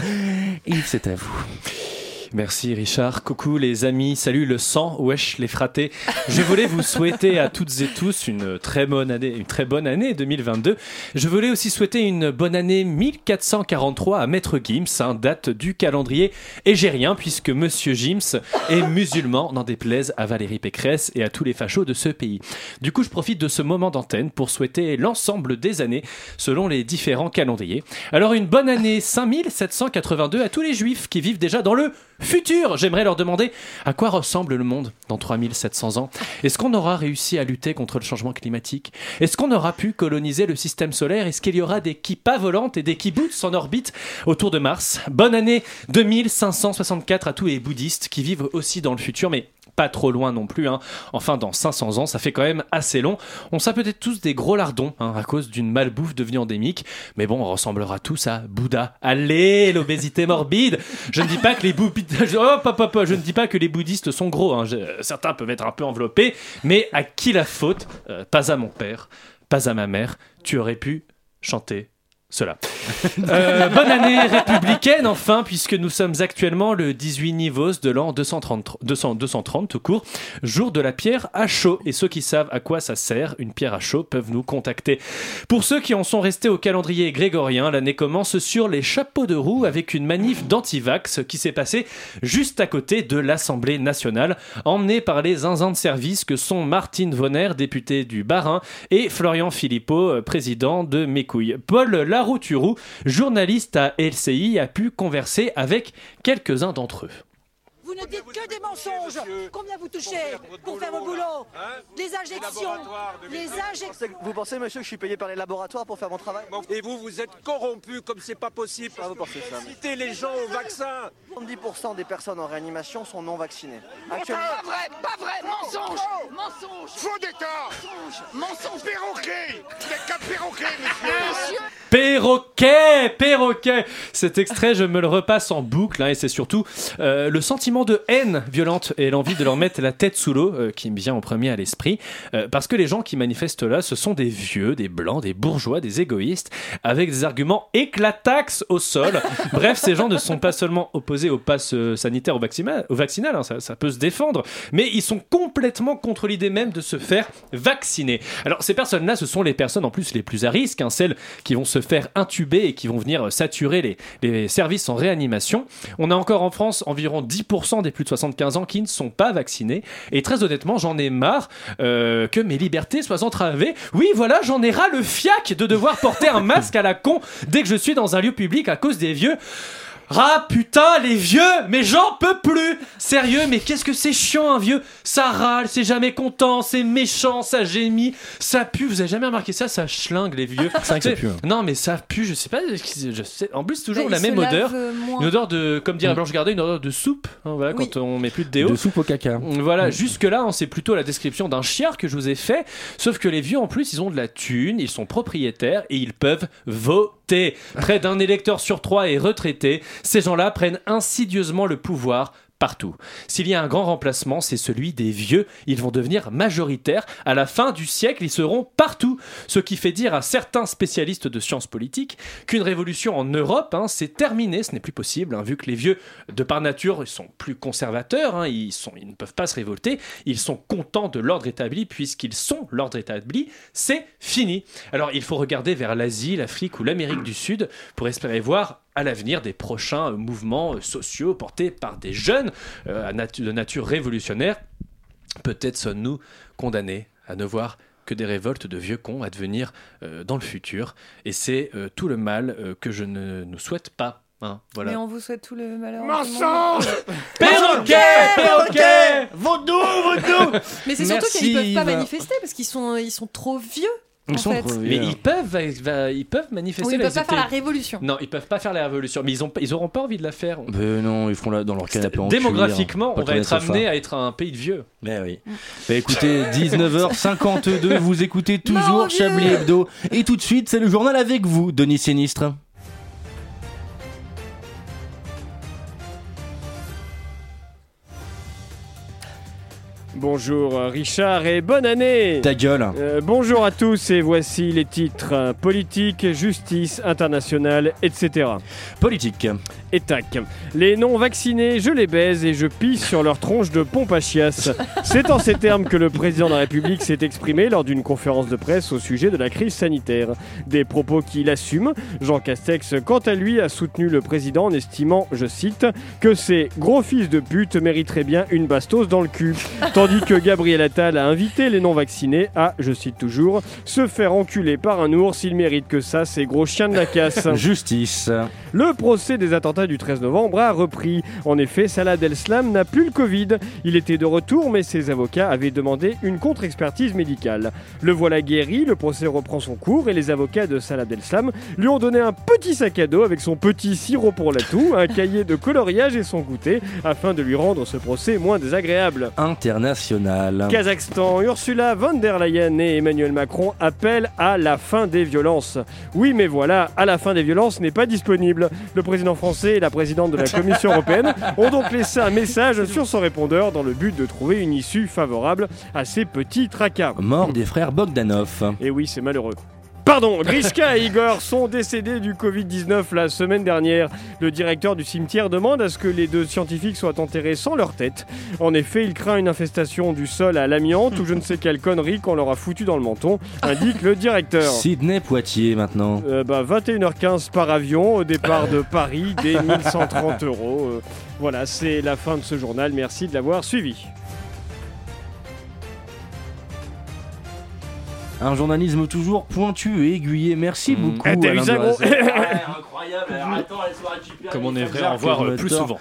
Speaker 9: Yves, c'est à vous.
Speaker 11: Merci Richard, coucou les amis, salut le sang, wesh les fratés. Je voulais vous souhaiter à toutes et tous une très bonne année, une très bonne année 2022. Je voulais aussi souhaiter une bonne année 1443 à Maître Gims, hein, date du calendrier égérien puisque Monsieur Gims est musulman, n'en déplaise à Valérie Pécresse et à tous les fachos de ce pays. Du coup, je profite de ce moment d'antenne pour souhaiter l'ensemble des années selon les différents calendriers. Alors une bonne année 5782 à tous les juifs qui vivent déjà dans le futur. J'aimerais leur demander à quoi ressemble le monde dans 3700 ans. Est-ce qu'on aura réussi à lutter contre le changement climatique Est-ce qu'on aura pu coloniser le système solaire Est-ce qu'il y aura des kippas volantes et des kibbutz en orbite autour de Mars Bonne année 2564 à tous les bouddhistes qui vivent aussi dans le futur mais pas trop loin non plus. hein. Enfin, dans 500 ans, ça fait quand même assez long. On sera peut-être tous des gros lardons hein, à cause d'une malbouffe devenue endémique. Mais bon, on ressemblera tous à Bouddha. Allez, l'obésité morbide Je ne dis pas que les bouddhistes... Hop, hop, hop, [LAUGHS] Je oh, ne dis pas que les bouddhistes sont gros. hein. Je- euh, Certains peuvent être un peu enveloppés. Mais à qui la faute Euh, Pas à mon père, pas à ma mère. Tu aurais pu chanter cela. Euh, bonne année républicaine enfin, puisque nous sommes actuellement le 18 niveaux de l'an 230, 200 230 tout court, jour de la pierre à chaud. Et ceux qui savent à quoi ça sert, une pierre à chaud, peuvent nous contacter. Pour ceux qui en sont restés au calendrier grégorien, l'année commence sur les chapeaux de roue avec une manif d'antivax qui s'est passée juste à côté de l'Assemblée nationale, emmenée par les zinzins de service que sont Martine Vonner, députée du Bas-Rhin, et Florian Philippot, euh, président de Mécouille. Paul Larouturou, journaliste à LCI, a pu converser avec quelques-uns d'entre eux.
Speaker 16: Vous ne dites que des mensonges. Combien vous touchez pour faire vos boulot hein, Les injections. Les injections.
Speaker 17: Vous pensez, monsieur, que je suis payé par les laboratoires pour faire mon travail Et vous, vous êtes corrompu comme c'est pas possible. vous pensez ça Citez les gens au vaccin 70% des personnes en réanimation sont non vaccinées. Actuellement.
Speaker 18: Pas vrai, pas vrai, mensonge Mensonge Faux d'état Mensonge Perroquet T'es qu'un perroquet, monsieur
Speaker 11: Perroquet, perroquet. Cet extrait, je me le repasse en boucle, hein, et c'est surtout euh, le sentiment de haine violente et l'envie de leur mettre la tête sous l'eau euh, qui me vient en premier à l'esprit, euh, parce que les gens qui manifestent là, ce sont des vieux, des blancs, des bourgeois, des égoïstes, avec des arguments éclataxes au sol. Bref, ces gens ne sont pas seulement opposés au pass euh, sanitaire, au vaccinal, au vaccinal hein, ça, ça peut se défendre, mais ils sont complètement contre l'idée même de se faire vacciner. Alors ces personnes-là, ce sont les personnes en plus les plus à risque, hein, celles qui vont se faire intuber et qui vont venir euh, saturer les, les services en réanimation. On a encore en France environ 10% des plus de 75 ans qui ne sont pas vaccinés. Et très honnêtement, j'en ai marre euh, que mes libertés soient entravées. Oui, voilà, j'en ai ras le fiac de devoir porter un masque à la con dès que je suis dans un lieu public à cause des vieux. Ah putain les vieux, mais j'en peux plus Sérieux, mais qu'est-ce que c'est chiant un vieux Ça râle, c'est jamais content, c'est méchant, ça gémit, ça pue, vous avez jamais remarqué ça, ça schlingue les vieux.
Speaker 9: C'est vrai que ça pue, hein.
Speaker 11: Non mais ça pue, je sais pas, je sais. en plus toujours
Speaker 9: Bah,
Speaker 11: la
Speaker 9: ils se
Speaker 11: même
Speaker 9: lavent,
Speaker 11: odeur.
Speaker 9: euh, moins.
Speaker 11: Une odeur de, comme dirait
Speaker 9: Mm.
Speaker 11: Blanche Gardin, une odeur de soupe, hein, voilà, quand on met plus de déo. Mm,
Speaker 9: De soupe au caca. Mm.
Speaker 11: Voilà, jusque-là, on sait plutôt la description d'un chiard que je vous ai fait, sauf que les vieux, en plus, ils ont de la thune, ils sont propriétaires et ils peuvent voter. Près d'un électeur sur trois est retraité. Ces gens-là prennent insidieusement le pouvoir partout. S'il y a un grand remplacement, c'est celui des vieux. Ils vont devenir majoritaires. À la fin du siècle, ils seront partout. Ce qui fait dire à certains spécialistes de sciences politiques qu'une révolution en Europe, hein, c'est terminé. Ce n'est plus possible, hein, vu que les vieux, de par nature, ils sont plus conservateurs. hein, ils, sont, ils ne peuvent pas se révolter. Ils sont contents de l'ordre établi, puisqu'ils sont l'ordre établi. C'est fini. Alors, il faut regarder vers l'Asie, l'Afrique ou l'Amérique du Sud pour espérer voir à l'avenir des prochains euh, mouvements euh, sociaux portés par des jeunes euh, à natu- de nature révolutionnaire, peut-être sommes-nous condamnés à ne voir que des révoltes de vieux cons advenir euh, dans le futur. Et c'est euh, tout le mal euh, que je ne nous souhaite pas. hein. voilà.
Speaker 12: Mais on vous souhaite tout le malheur.
Speaker 18: Mensonge
Speaker 11: Perroquet Perroquet
Speaker 12: Vaudou, vaudou Mais c'est surtout
Speaker 11: Merci,
Speaker 12: qu'ils ne peuvent pas
Speaker 11: Yves.
Speaker 12: manifester parce qu'ils sont, ils sont trop vieux. en fait.
Speaker 11: Mais ils peuvent, va- va- ils peuvent manifester.
Speaker 12: Oui, ils
Speaker 11: là,
Speaker 12: peuvent pas
Speaker 11: étaient-
Speaker 12: faire la révolution.
Speaker 11: Non, ils peuvent pas faire la révolution, mais ils ont, ils auront pas envie de la faire.
Speaker 9: Mais non, ils feront là dans leur canapé en cuir,
Speaker 11: Démographiquement,
Speaker 9: pas
Speaker 11: on va
Speaker 9: tourner
Speaker 11: être
Speaker 9: le sofa.
Speaker 11: amené à être un pays de vieux.
Speaker 9: Mais oui. Bah [LAUGHS] écoutez, 19h52, vous écoutez toujours Chablis Hebdo. Et tout de suite, c'est le journal avec vous, Denis Sinistre.
Speaker 3: Bonjour euh, Richard et bonne année
Speaker 9: Ta gueule.
Speaker 3: Euh, Bonjour à tous et voici les titres euh, politique, justice, internationale, etc.
Speaker 9: Politique.
Speaker 3: Et tac. Les non-vaccinés, je les baise et je pisse sur leur tronche de pompe à chiasse. C'est en ces termes que le président de la République s'est exprimé lors d'une conférence de presse au sujet de la crise sanitaire. Des propos qu'il assume. Jean Castex, quant à lui, a soutenu le président en estimant, je cite, que ces gros fils de pute mériteraient bien une bastos dans le cul. Tandis que Gabriel Attal a invité les non-vaccinés à, je cite toujours, se faire enculer par un ours, il mérite que ça, ces gros chiens de la casse.
Speaker 9: Justice.
Speaker 3: Le procès des attentats du 13 novembre a repris. En effet, Salah Abdeslam n'a plus le Covid. Il était de retour, mais ses avocats avaient demandé une contre-expertise médicale. Le voilà guéri, le procès reprend son cours et les avocats de Salah Abdeslam lui ont donné un petit sac à dos avec son petit sirop pour la toux, un cahier de coloriage et son goûter afin de lui rendre ce procès moins désagréable.
Speaker 9: International.
Speaker 3: Kazakhstan, Ursula von der Leyen et Emmanuel Macron appellent à la fin des violences. Oui, mais voilà, à la fin des violences n'est pas disponible. Le président français et la présidente de la Commission européenne ont donc laissé un message sur son répondeur dans le but de trouver une issue favorable à ces petits tracas.
Speaker 9: Mort des frères Bogdanov.
Speaker 3: Et Eh oui, c'est malheureux. Pardon, Grishka et Igor sont décédés du Covid-19 la semaine dernière. Le directeur du cimetière demande à ce que les deux scientifiques soient enterrés sans leur tête. En effet, il craint une infestation du sol à l'amiante ou je ne sais quelle connerie qu'on leur a foutu dans le menton, indique le directeur.
Speaker 9: Sydney Poitiers maintenant.
Speaker 3: Euh, bah, 21h15 par avion au départ de Paris, des 1130 euros. Euh, voilà, c'est la fin de ce journal. Merci de l'avoir suivi.
Speaker 9: Un journalisme toujours pointu et aiguillé. Merci
Speaker 11: Mm.
Speaker 9: beaucoup.
Speaker 3: Eh, t'as
Speaker 9: Alain
Speaker 3: vu ça, gros
Speaker 9: Duracell.
Speaker 11: [LAUGHS]
Speaker 15: Ah, Incroyable, alors attends, elle sera récupérée.
Speaker 11: Comme on est vrai
Speaker 9: Bizarre
Speaker 11: à en voir
Speaker 9: que je
Speaker 11: euh,
Speaker 9: me
Speaker 11: plus
Speaker 9: tords.
Speaker 11: souvent.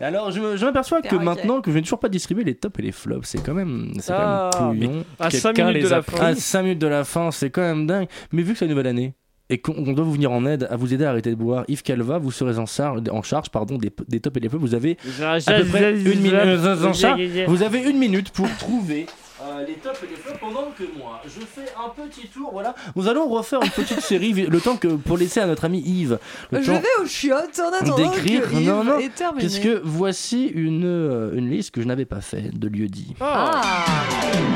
Speaker 9: Alors, je, me- je m'aperçois que
Speaker 11: Permettez.
Speaker 9: maintenant que je n'ai toujours pas distribué les tops et les flops, c'est quand même, c'est
Speaker 11: Ah,
Speaker 9: quand même
Speaker 11: mais
Speaker 9: couillon.
Speaker 11: à
Speaker 9: Quelqu'un
Speaker 11: cinq minutes
Speaker 9: les
Speaker 11: de la
Speaker 9: a
Speaker 11: fin.
Speaker 9: pris. À 5 minutes de la fin, c'est quand même dingue. Mais vu que c'est la nouvelle année et qu'on on doit vous venir en aide, à vous aider à arrêter de boire, Yves Calva, vous serez en charge, en charge pardon, des, des tops et des flops. Vous avez à peu près une minute. en charge. Vous avez une minute pour trouver. euh, les tops et les flops pendant que moi je fais un petit tour voilà nous allons refaire une petite série [LAUGHS] vi- le temps que pour laisser à notre ami Yves le
Speaker 12: Je
Speaker 9: temps-
Speaker 12: vais aux chiottes en attendant
Speaker 9: d'écrire.
Speaker 12: que Yves
Speaker 9: Non, non,
Speaker 12: ait terminé.
Speaker 9: puisque voici une, euh, une liste que je n'avais pas faite de lieux dits.
Speaker 12: Ah.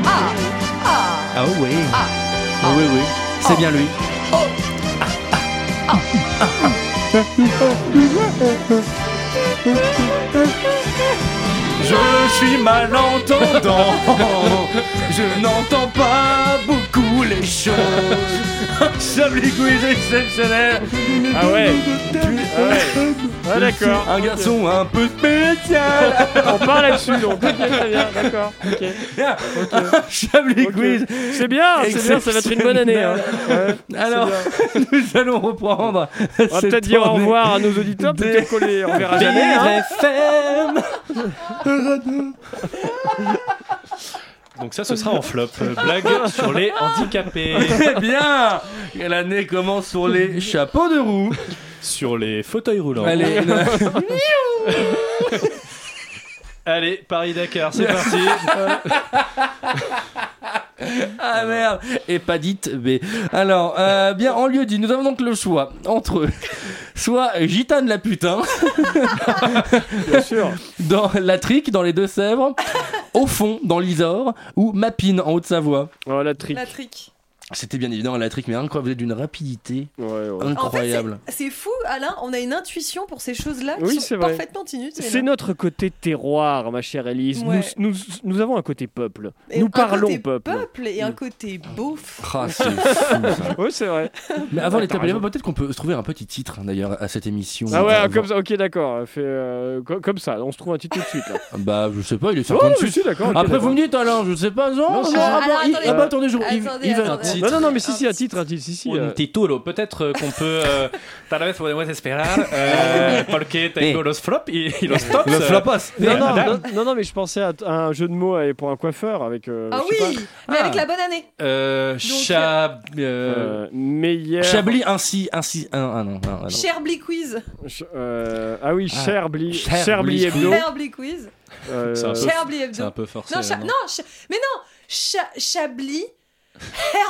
Speaker 9: Ah oui. Ah oui, oui. C'est bien lui. Je suis malentendant. Je n'entends pas beaucoup les choses. Chablis quiz exceptionnel.
Speaker 3: Ah ouais. Ah ouais. Ah d'accord.
Speaker 9: Un garçon un peu spécial.
Speaker 3: On part là-dessus donc. Ok, très
Speaker 9: [LAUGHS]
Speaker 3: bien, d'accord. Ok.
Speaker 9: Chablis quiz.
Speaker 3: C'est bien, Ah, c'est bien, ça va être une bonne année. hein.
Speaker 9: Exceptionnel. Alors, [LAUGHS] nous allons reprendre.
Speaker 3: On va peut-être dire au revoir à nos auditeurs, peut-être qu'on les reverra jamais. hein.
Speaker 11: [LAUGHS] Donc ça, ce sera en flop. Euh, Blague sur les handicapés.
Speaker 9: Eh bien, l'année commence
Speaker 3: [LAUGHS]
Speaker 9: sur les chapeaux de roue.
Speaker 11: Sur les fauteuils roulants.
Speaker 9: [LAUGHS] Allez,
Speaker 11: Allez, Paris-Dakar, c'est parti.
Speaker 9: Ah merde Et pas dite B. Alors, euh, bien, en lieu dit, nous avons donc le choix entre [LAUGHS] eux. soit Gitane la putain, [LAUGHS]
Speaker 3: bien sûr,
Speaker 9: dans la trique dans les Deux-Sèvres, au fond dans l'Isore, ou Mapine en Haute-Savoie.
Speaker 3: Oh, la trique.
Speaker 12: La trique.
Speaker 9: C'était bien évident la trique, mais incroyable, vous êtes d'une rapidité
Speaker 12: Ah,
Speaker 9: incroyable.
Speaker 12: En fait, c'est- c'est fou, Alain, on a une intuition pour ces choses-là qui
Speaker 3: Oui, c'est
Speaker 12: sont
Speaker 3: vrai.
Speaker 12: parfaitement inutiles.
Speaker 3: C'est notre côté terroir, ma chère Elise.
Speaker 12: Ouais.
Speaker 3: Nous, nous, nous avons un côté peuple.
Speaker 12: Et
Speaker 3: nous
Speaker 12: un
Speaker 3: parlons
Speaker 12: côté
Speaker 3: peuple.
Speaker 12: et un côté beauf.
Speaker 9: Ah, [LAUGHS] c'est fou ça.
Speaker 3: [LAUGHS] Oui, c'est vrai.
Speaker 9: Mais avant les
Speaker 3: T'as
Speaker 9: tables,
Speaker 3: raison.
Speaker 9: peut-être qu'on peut se trouver un petit titre hein, d'ailleurs à cette émission.
Speaker 3: Ah ouais,
Speaker 9: Avant-
Speaker 3: comme ça, ok, d'accord. Fais, euh, co- comme ça, on se trouve un titre tout de suite. Là.
Speaker 9: Bah, je sais pas, il est
Speaker 3: Oh,
Speaker 9: 58.
Speaker 3: je suis d'accord, ok,
Speaker 9: Après, vous
Speaker 3: d'accord.
Speaker 9: me dites, Alain, je sais pas, non,
Speaker 3: Non,
Speaker 9: non,
Speaker 3: c'est-
Speaker 9: ah, bah,
Speaker 3: Alors,
Speaker 9: il-
Speaker 3: attendez.
Speaker 9: ah bah, attendez, je-
Speaker 3: Attendez,
Speaker 9: il- il va-
Speaker 3: attendez,
Speaker 9: il
Speaker 3: Non, non, non, mais si, si, un titre, un titre, si, si. euh.
Speaker 11: Un titolo, peut-être euh, qu'on
Speaker 3: [LAUGHS]
Speaker 11: peut. euh, Tal vez podemos esperar. euh,
Speaker 3: eh.
Speaker 11: Porque tengo los flop y, y los tops.
Speaker 9: Los flopos.
Speaker 3: Non, non, non, non, non, mais je pensais à t- à un jeu de mots euh, pour un coiffeur avec. euh,
Speaker 12: Ah
Speaker 3: je sais
Speaker 12: oui, mais avec la bonne année.
Speaker 11: Euh, Chab.
Speaker 3: Euh, meilleur.
Speaker 9: Chablis ainsi, ainsi, un, ah non, non, ah non.
Speaker 12: Cherbly Quiz.
Speaker 3: Ch- euh, ah oui,
Speaker 9: Ah.
Speaker 3: Cherbly,
Speaker 9: Cherbly
Speaker 3: Cherbly Hebdo.
Speaker 12: Cherbly Quiz.
Speaker 3: Euh,
Speaker 11: C'est un peu-
Speaker 12: Cherbly Hebdo.
Speaker 11: c'est un peu forcé,
Speaker 12: Non, cha-
Speaker 11: non
Speaker 12: non, cha- mais non, cha- Chablis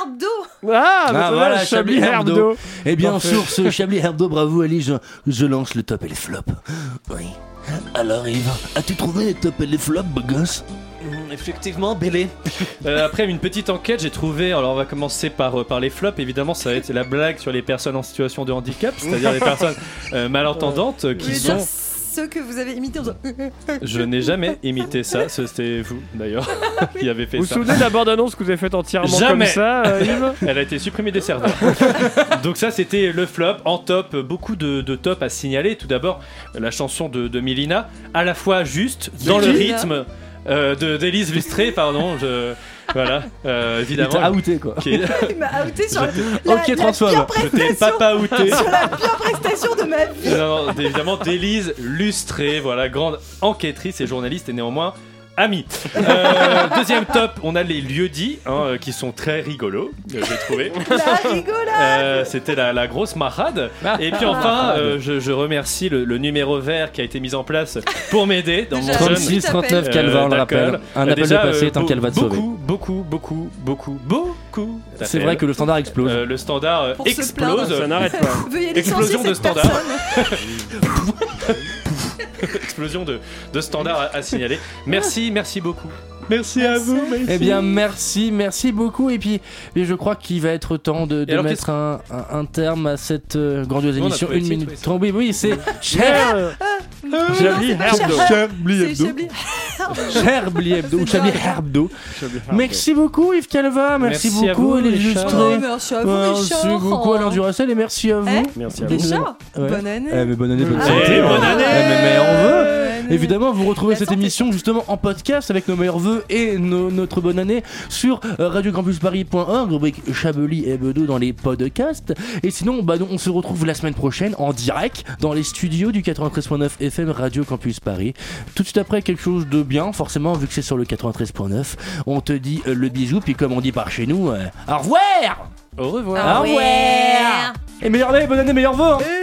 Speaker 12: Hebdo.
Speaker 3: Ah,
Speaker 9: Ah, voilà, Chablis Herdo. Et Eh bien
Speaker 12: Parfait.
Speaker 9: sur [LAUGHS] ce Chablis Herdo, bravo Ali, je, je lance le top et les flops. Oui. Alors Yves, as-tu trouvé les tops et les flops, beau gosse
Speaker 11: Mm, Effectivement, Bélé. Euh, après une petite enquête, j'ai trouvé. Alors, on va commencer par, euh, par les flops. Évidemment, ça va être la blague sur les personnes en situation de handicap, c'est-à-dire les personnes euh, malentendantes euh,
Speaker 12: Vous
Speaker 11: qui
Speaker 12: voulez
Speaker 11: sont.
Speaker 12: dire ceux que vous avez imités en faisant.
Speaker 11: Je n'ai jamais imité ça. ce- C'était vous, d'ailleurs, [LAUGHS] qui avez fait
Speaker 3: Vous vous
Speaker 11: ça.
Speaker 3: souvenez de la bande-annonce que vous avez faite entièrement
Speaker 11: Jamais.
Speaker 3: comme ça, euh, Yves
Speaker 11: Elle a été supprimée des serveurs. [LAUGHS] Donc ça, c'était le flop. En top, beaucoup de, de top à signaler. Tout d'abord, la chanson de, de Milina, à la fois juste dans le
Speaker 9: Milina.
Speaker 11: rythme euh, de d'Élise Lustré, pardon. Je, voilà, euh, évidemment.
Speaker 9: Il t'a outé, quoi.
Speaker 11: Qui est-
Speaker 12: [LAUGHS] Il m'a outé sur la,
Speaker 11: Je-
Speaker 12: la-
Speaker 11: Ok,
Speaker 12: la
Speaker 11: transphobe.
Speaker 12: pire
Speaker 11: Je t'ai
Speaker 12: prestation- [LAUGHS]
Speaker 11: pas outé.
Speaker 12: Sur la pire prestation de ma vie.
Speaker 11: Non, non, évidemment, d'Élise Lustré, voilà, grande enquêtrice et journaliste et néanmoins amie. Euh, deuxième top, on a les lieux dits hein, euh, qui sont très rigolos, euh, j'ai trouvé.
Speaker 12: La rigolade
Speaker 11: Euh, C'était la, la grosse marade. Et puis enfin,
Speaker 9: Marade.
Speaker 11: euh, je, je remercie le, le numéro vert qui a été mis en place pour m'aider dans mon
Speaker 9: 36, 39,
Speaker 11: Euh,
Speaker 9: Calvin, on le rappelle. Un appel de passé est un
Speaker 11: calva
Speaker 9: Calva de sauvé.
Speaker 11: Bah, euh, Beaucoup, beaucoup, beaucoup, beaucoup, beaucoup.
Speaker 9: C'est
Speaker 11: d'appels.
Speaker 9: vrai que le standard explose.
Speaker 11: Euh, le standard euh,
Speaker 12: Pour se
Speaker 11: explose.
Speaker 3: Ah,
Speaker 12: plaindre. Ça n'arrête pas. Veuillez licencier
Speaker 11: Explosion de
Speaker 12: cette
Speaker 11: standard. Explosion de, de standard à,
Speaker 12: [LAUGHS]
Speaker 11: à signaler. Merci, merci beaucoup. Merci à vous.
Speaker 9: Eh bien, merci, merci beaucoup. Et puis, et je crois qu'il va être temps de, de
Speaker 11: Et alors,
Speaker 9: mettre un, un- un terme à cette euh, grandiose
Speaker 11: Non, on a
Speaker 9: émission.
Speaker 11: trouvé
Speaker 9: Une
Speaker 11: le titre,
Speaker 9: minute
Speaker 11: oui, ça.
Speaker 9: 30. Oui, oui, c'est
Speaker 12: Euh,
Speaker 9: Cher
Speaker 12: non,
Speaker 9: Chablis
Speaker 12: c'est pas
Speaker 9: Hebdo.
Speaker 12: Chablis.
Speaker 9: Chablis
Speaker 12: C'est
Speaker 9: Hebdo.
Speaker 12: Chablis Hebdo.
Speaker 9: Chablis Hebdo,
Speaker 12: C'est
Speaker 9: Chablis
Speaker 12: dingue.
Speaker 9: Hebdo. Merci beaucoup Yves Calva, merci,
Speaker 12: Merci à
Speaker 9: beaucoup
Speaker 12: vous,
Speaker 9: les
Speaker 12: les
Speaker 9: illustrés.
Speaker 12: chats. Oui, merci
Speaker 9: Eh ben,
Speaker 12: à vous, les
Speaker 9: Merci
Speaker 12: chats.
Speaker 9: beaucoup Alain Duracell et merci à vous.
Speaker 12: Eh Merci à Les vous. chats Bonne année.
Speaker 9: Eh, mais bonne année, bonne
Speaker 12: Ah.
Speaker 9: santé.
Speaker 12: Eh, bonne
Speaker 9: Eh,
Speaker 12: année.
Speaker 9: mais, mais on veut.
Speaker 12: Eh,
Speaker 9: Évidemment, vous retrouvez cette émission justement en podcast avec nos meilleurs vœux et nos- notre bonne année sur euh, radiocampusparis.org, rubrique Chablis et Bedeau dans les podcasts. Et sinon, bah, nous, on se retrouve la semaine prochaine en direct dans les studios du 93.9 FM Radio Campus Paris. Tout de suite après, quelque chose de bien, forcément, vu que c'est sur le 93.9. On te dit euh, le bisou, puis comme on dit par chez nous, euh, au revoir
Speaker 11: Au revoir
Speaker 9: Au revoir Et meilleure année, bonne année, meilleurs vœux hein.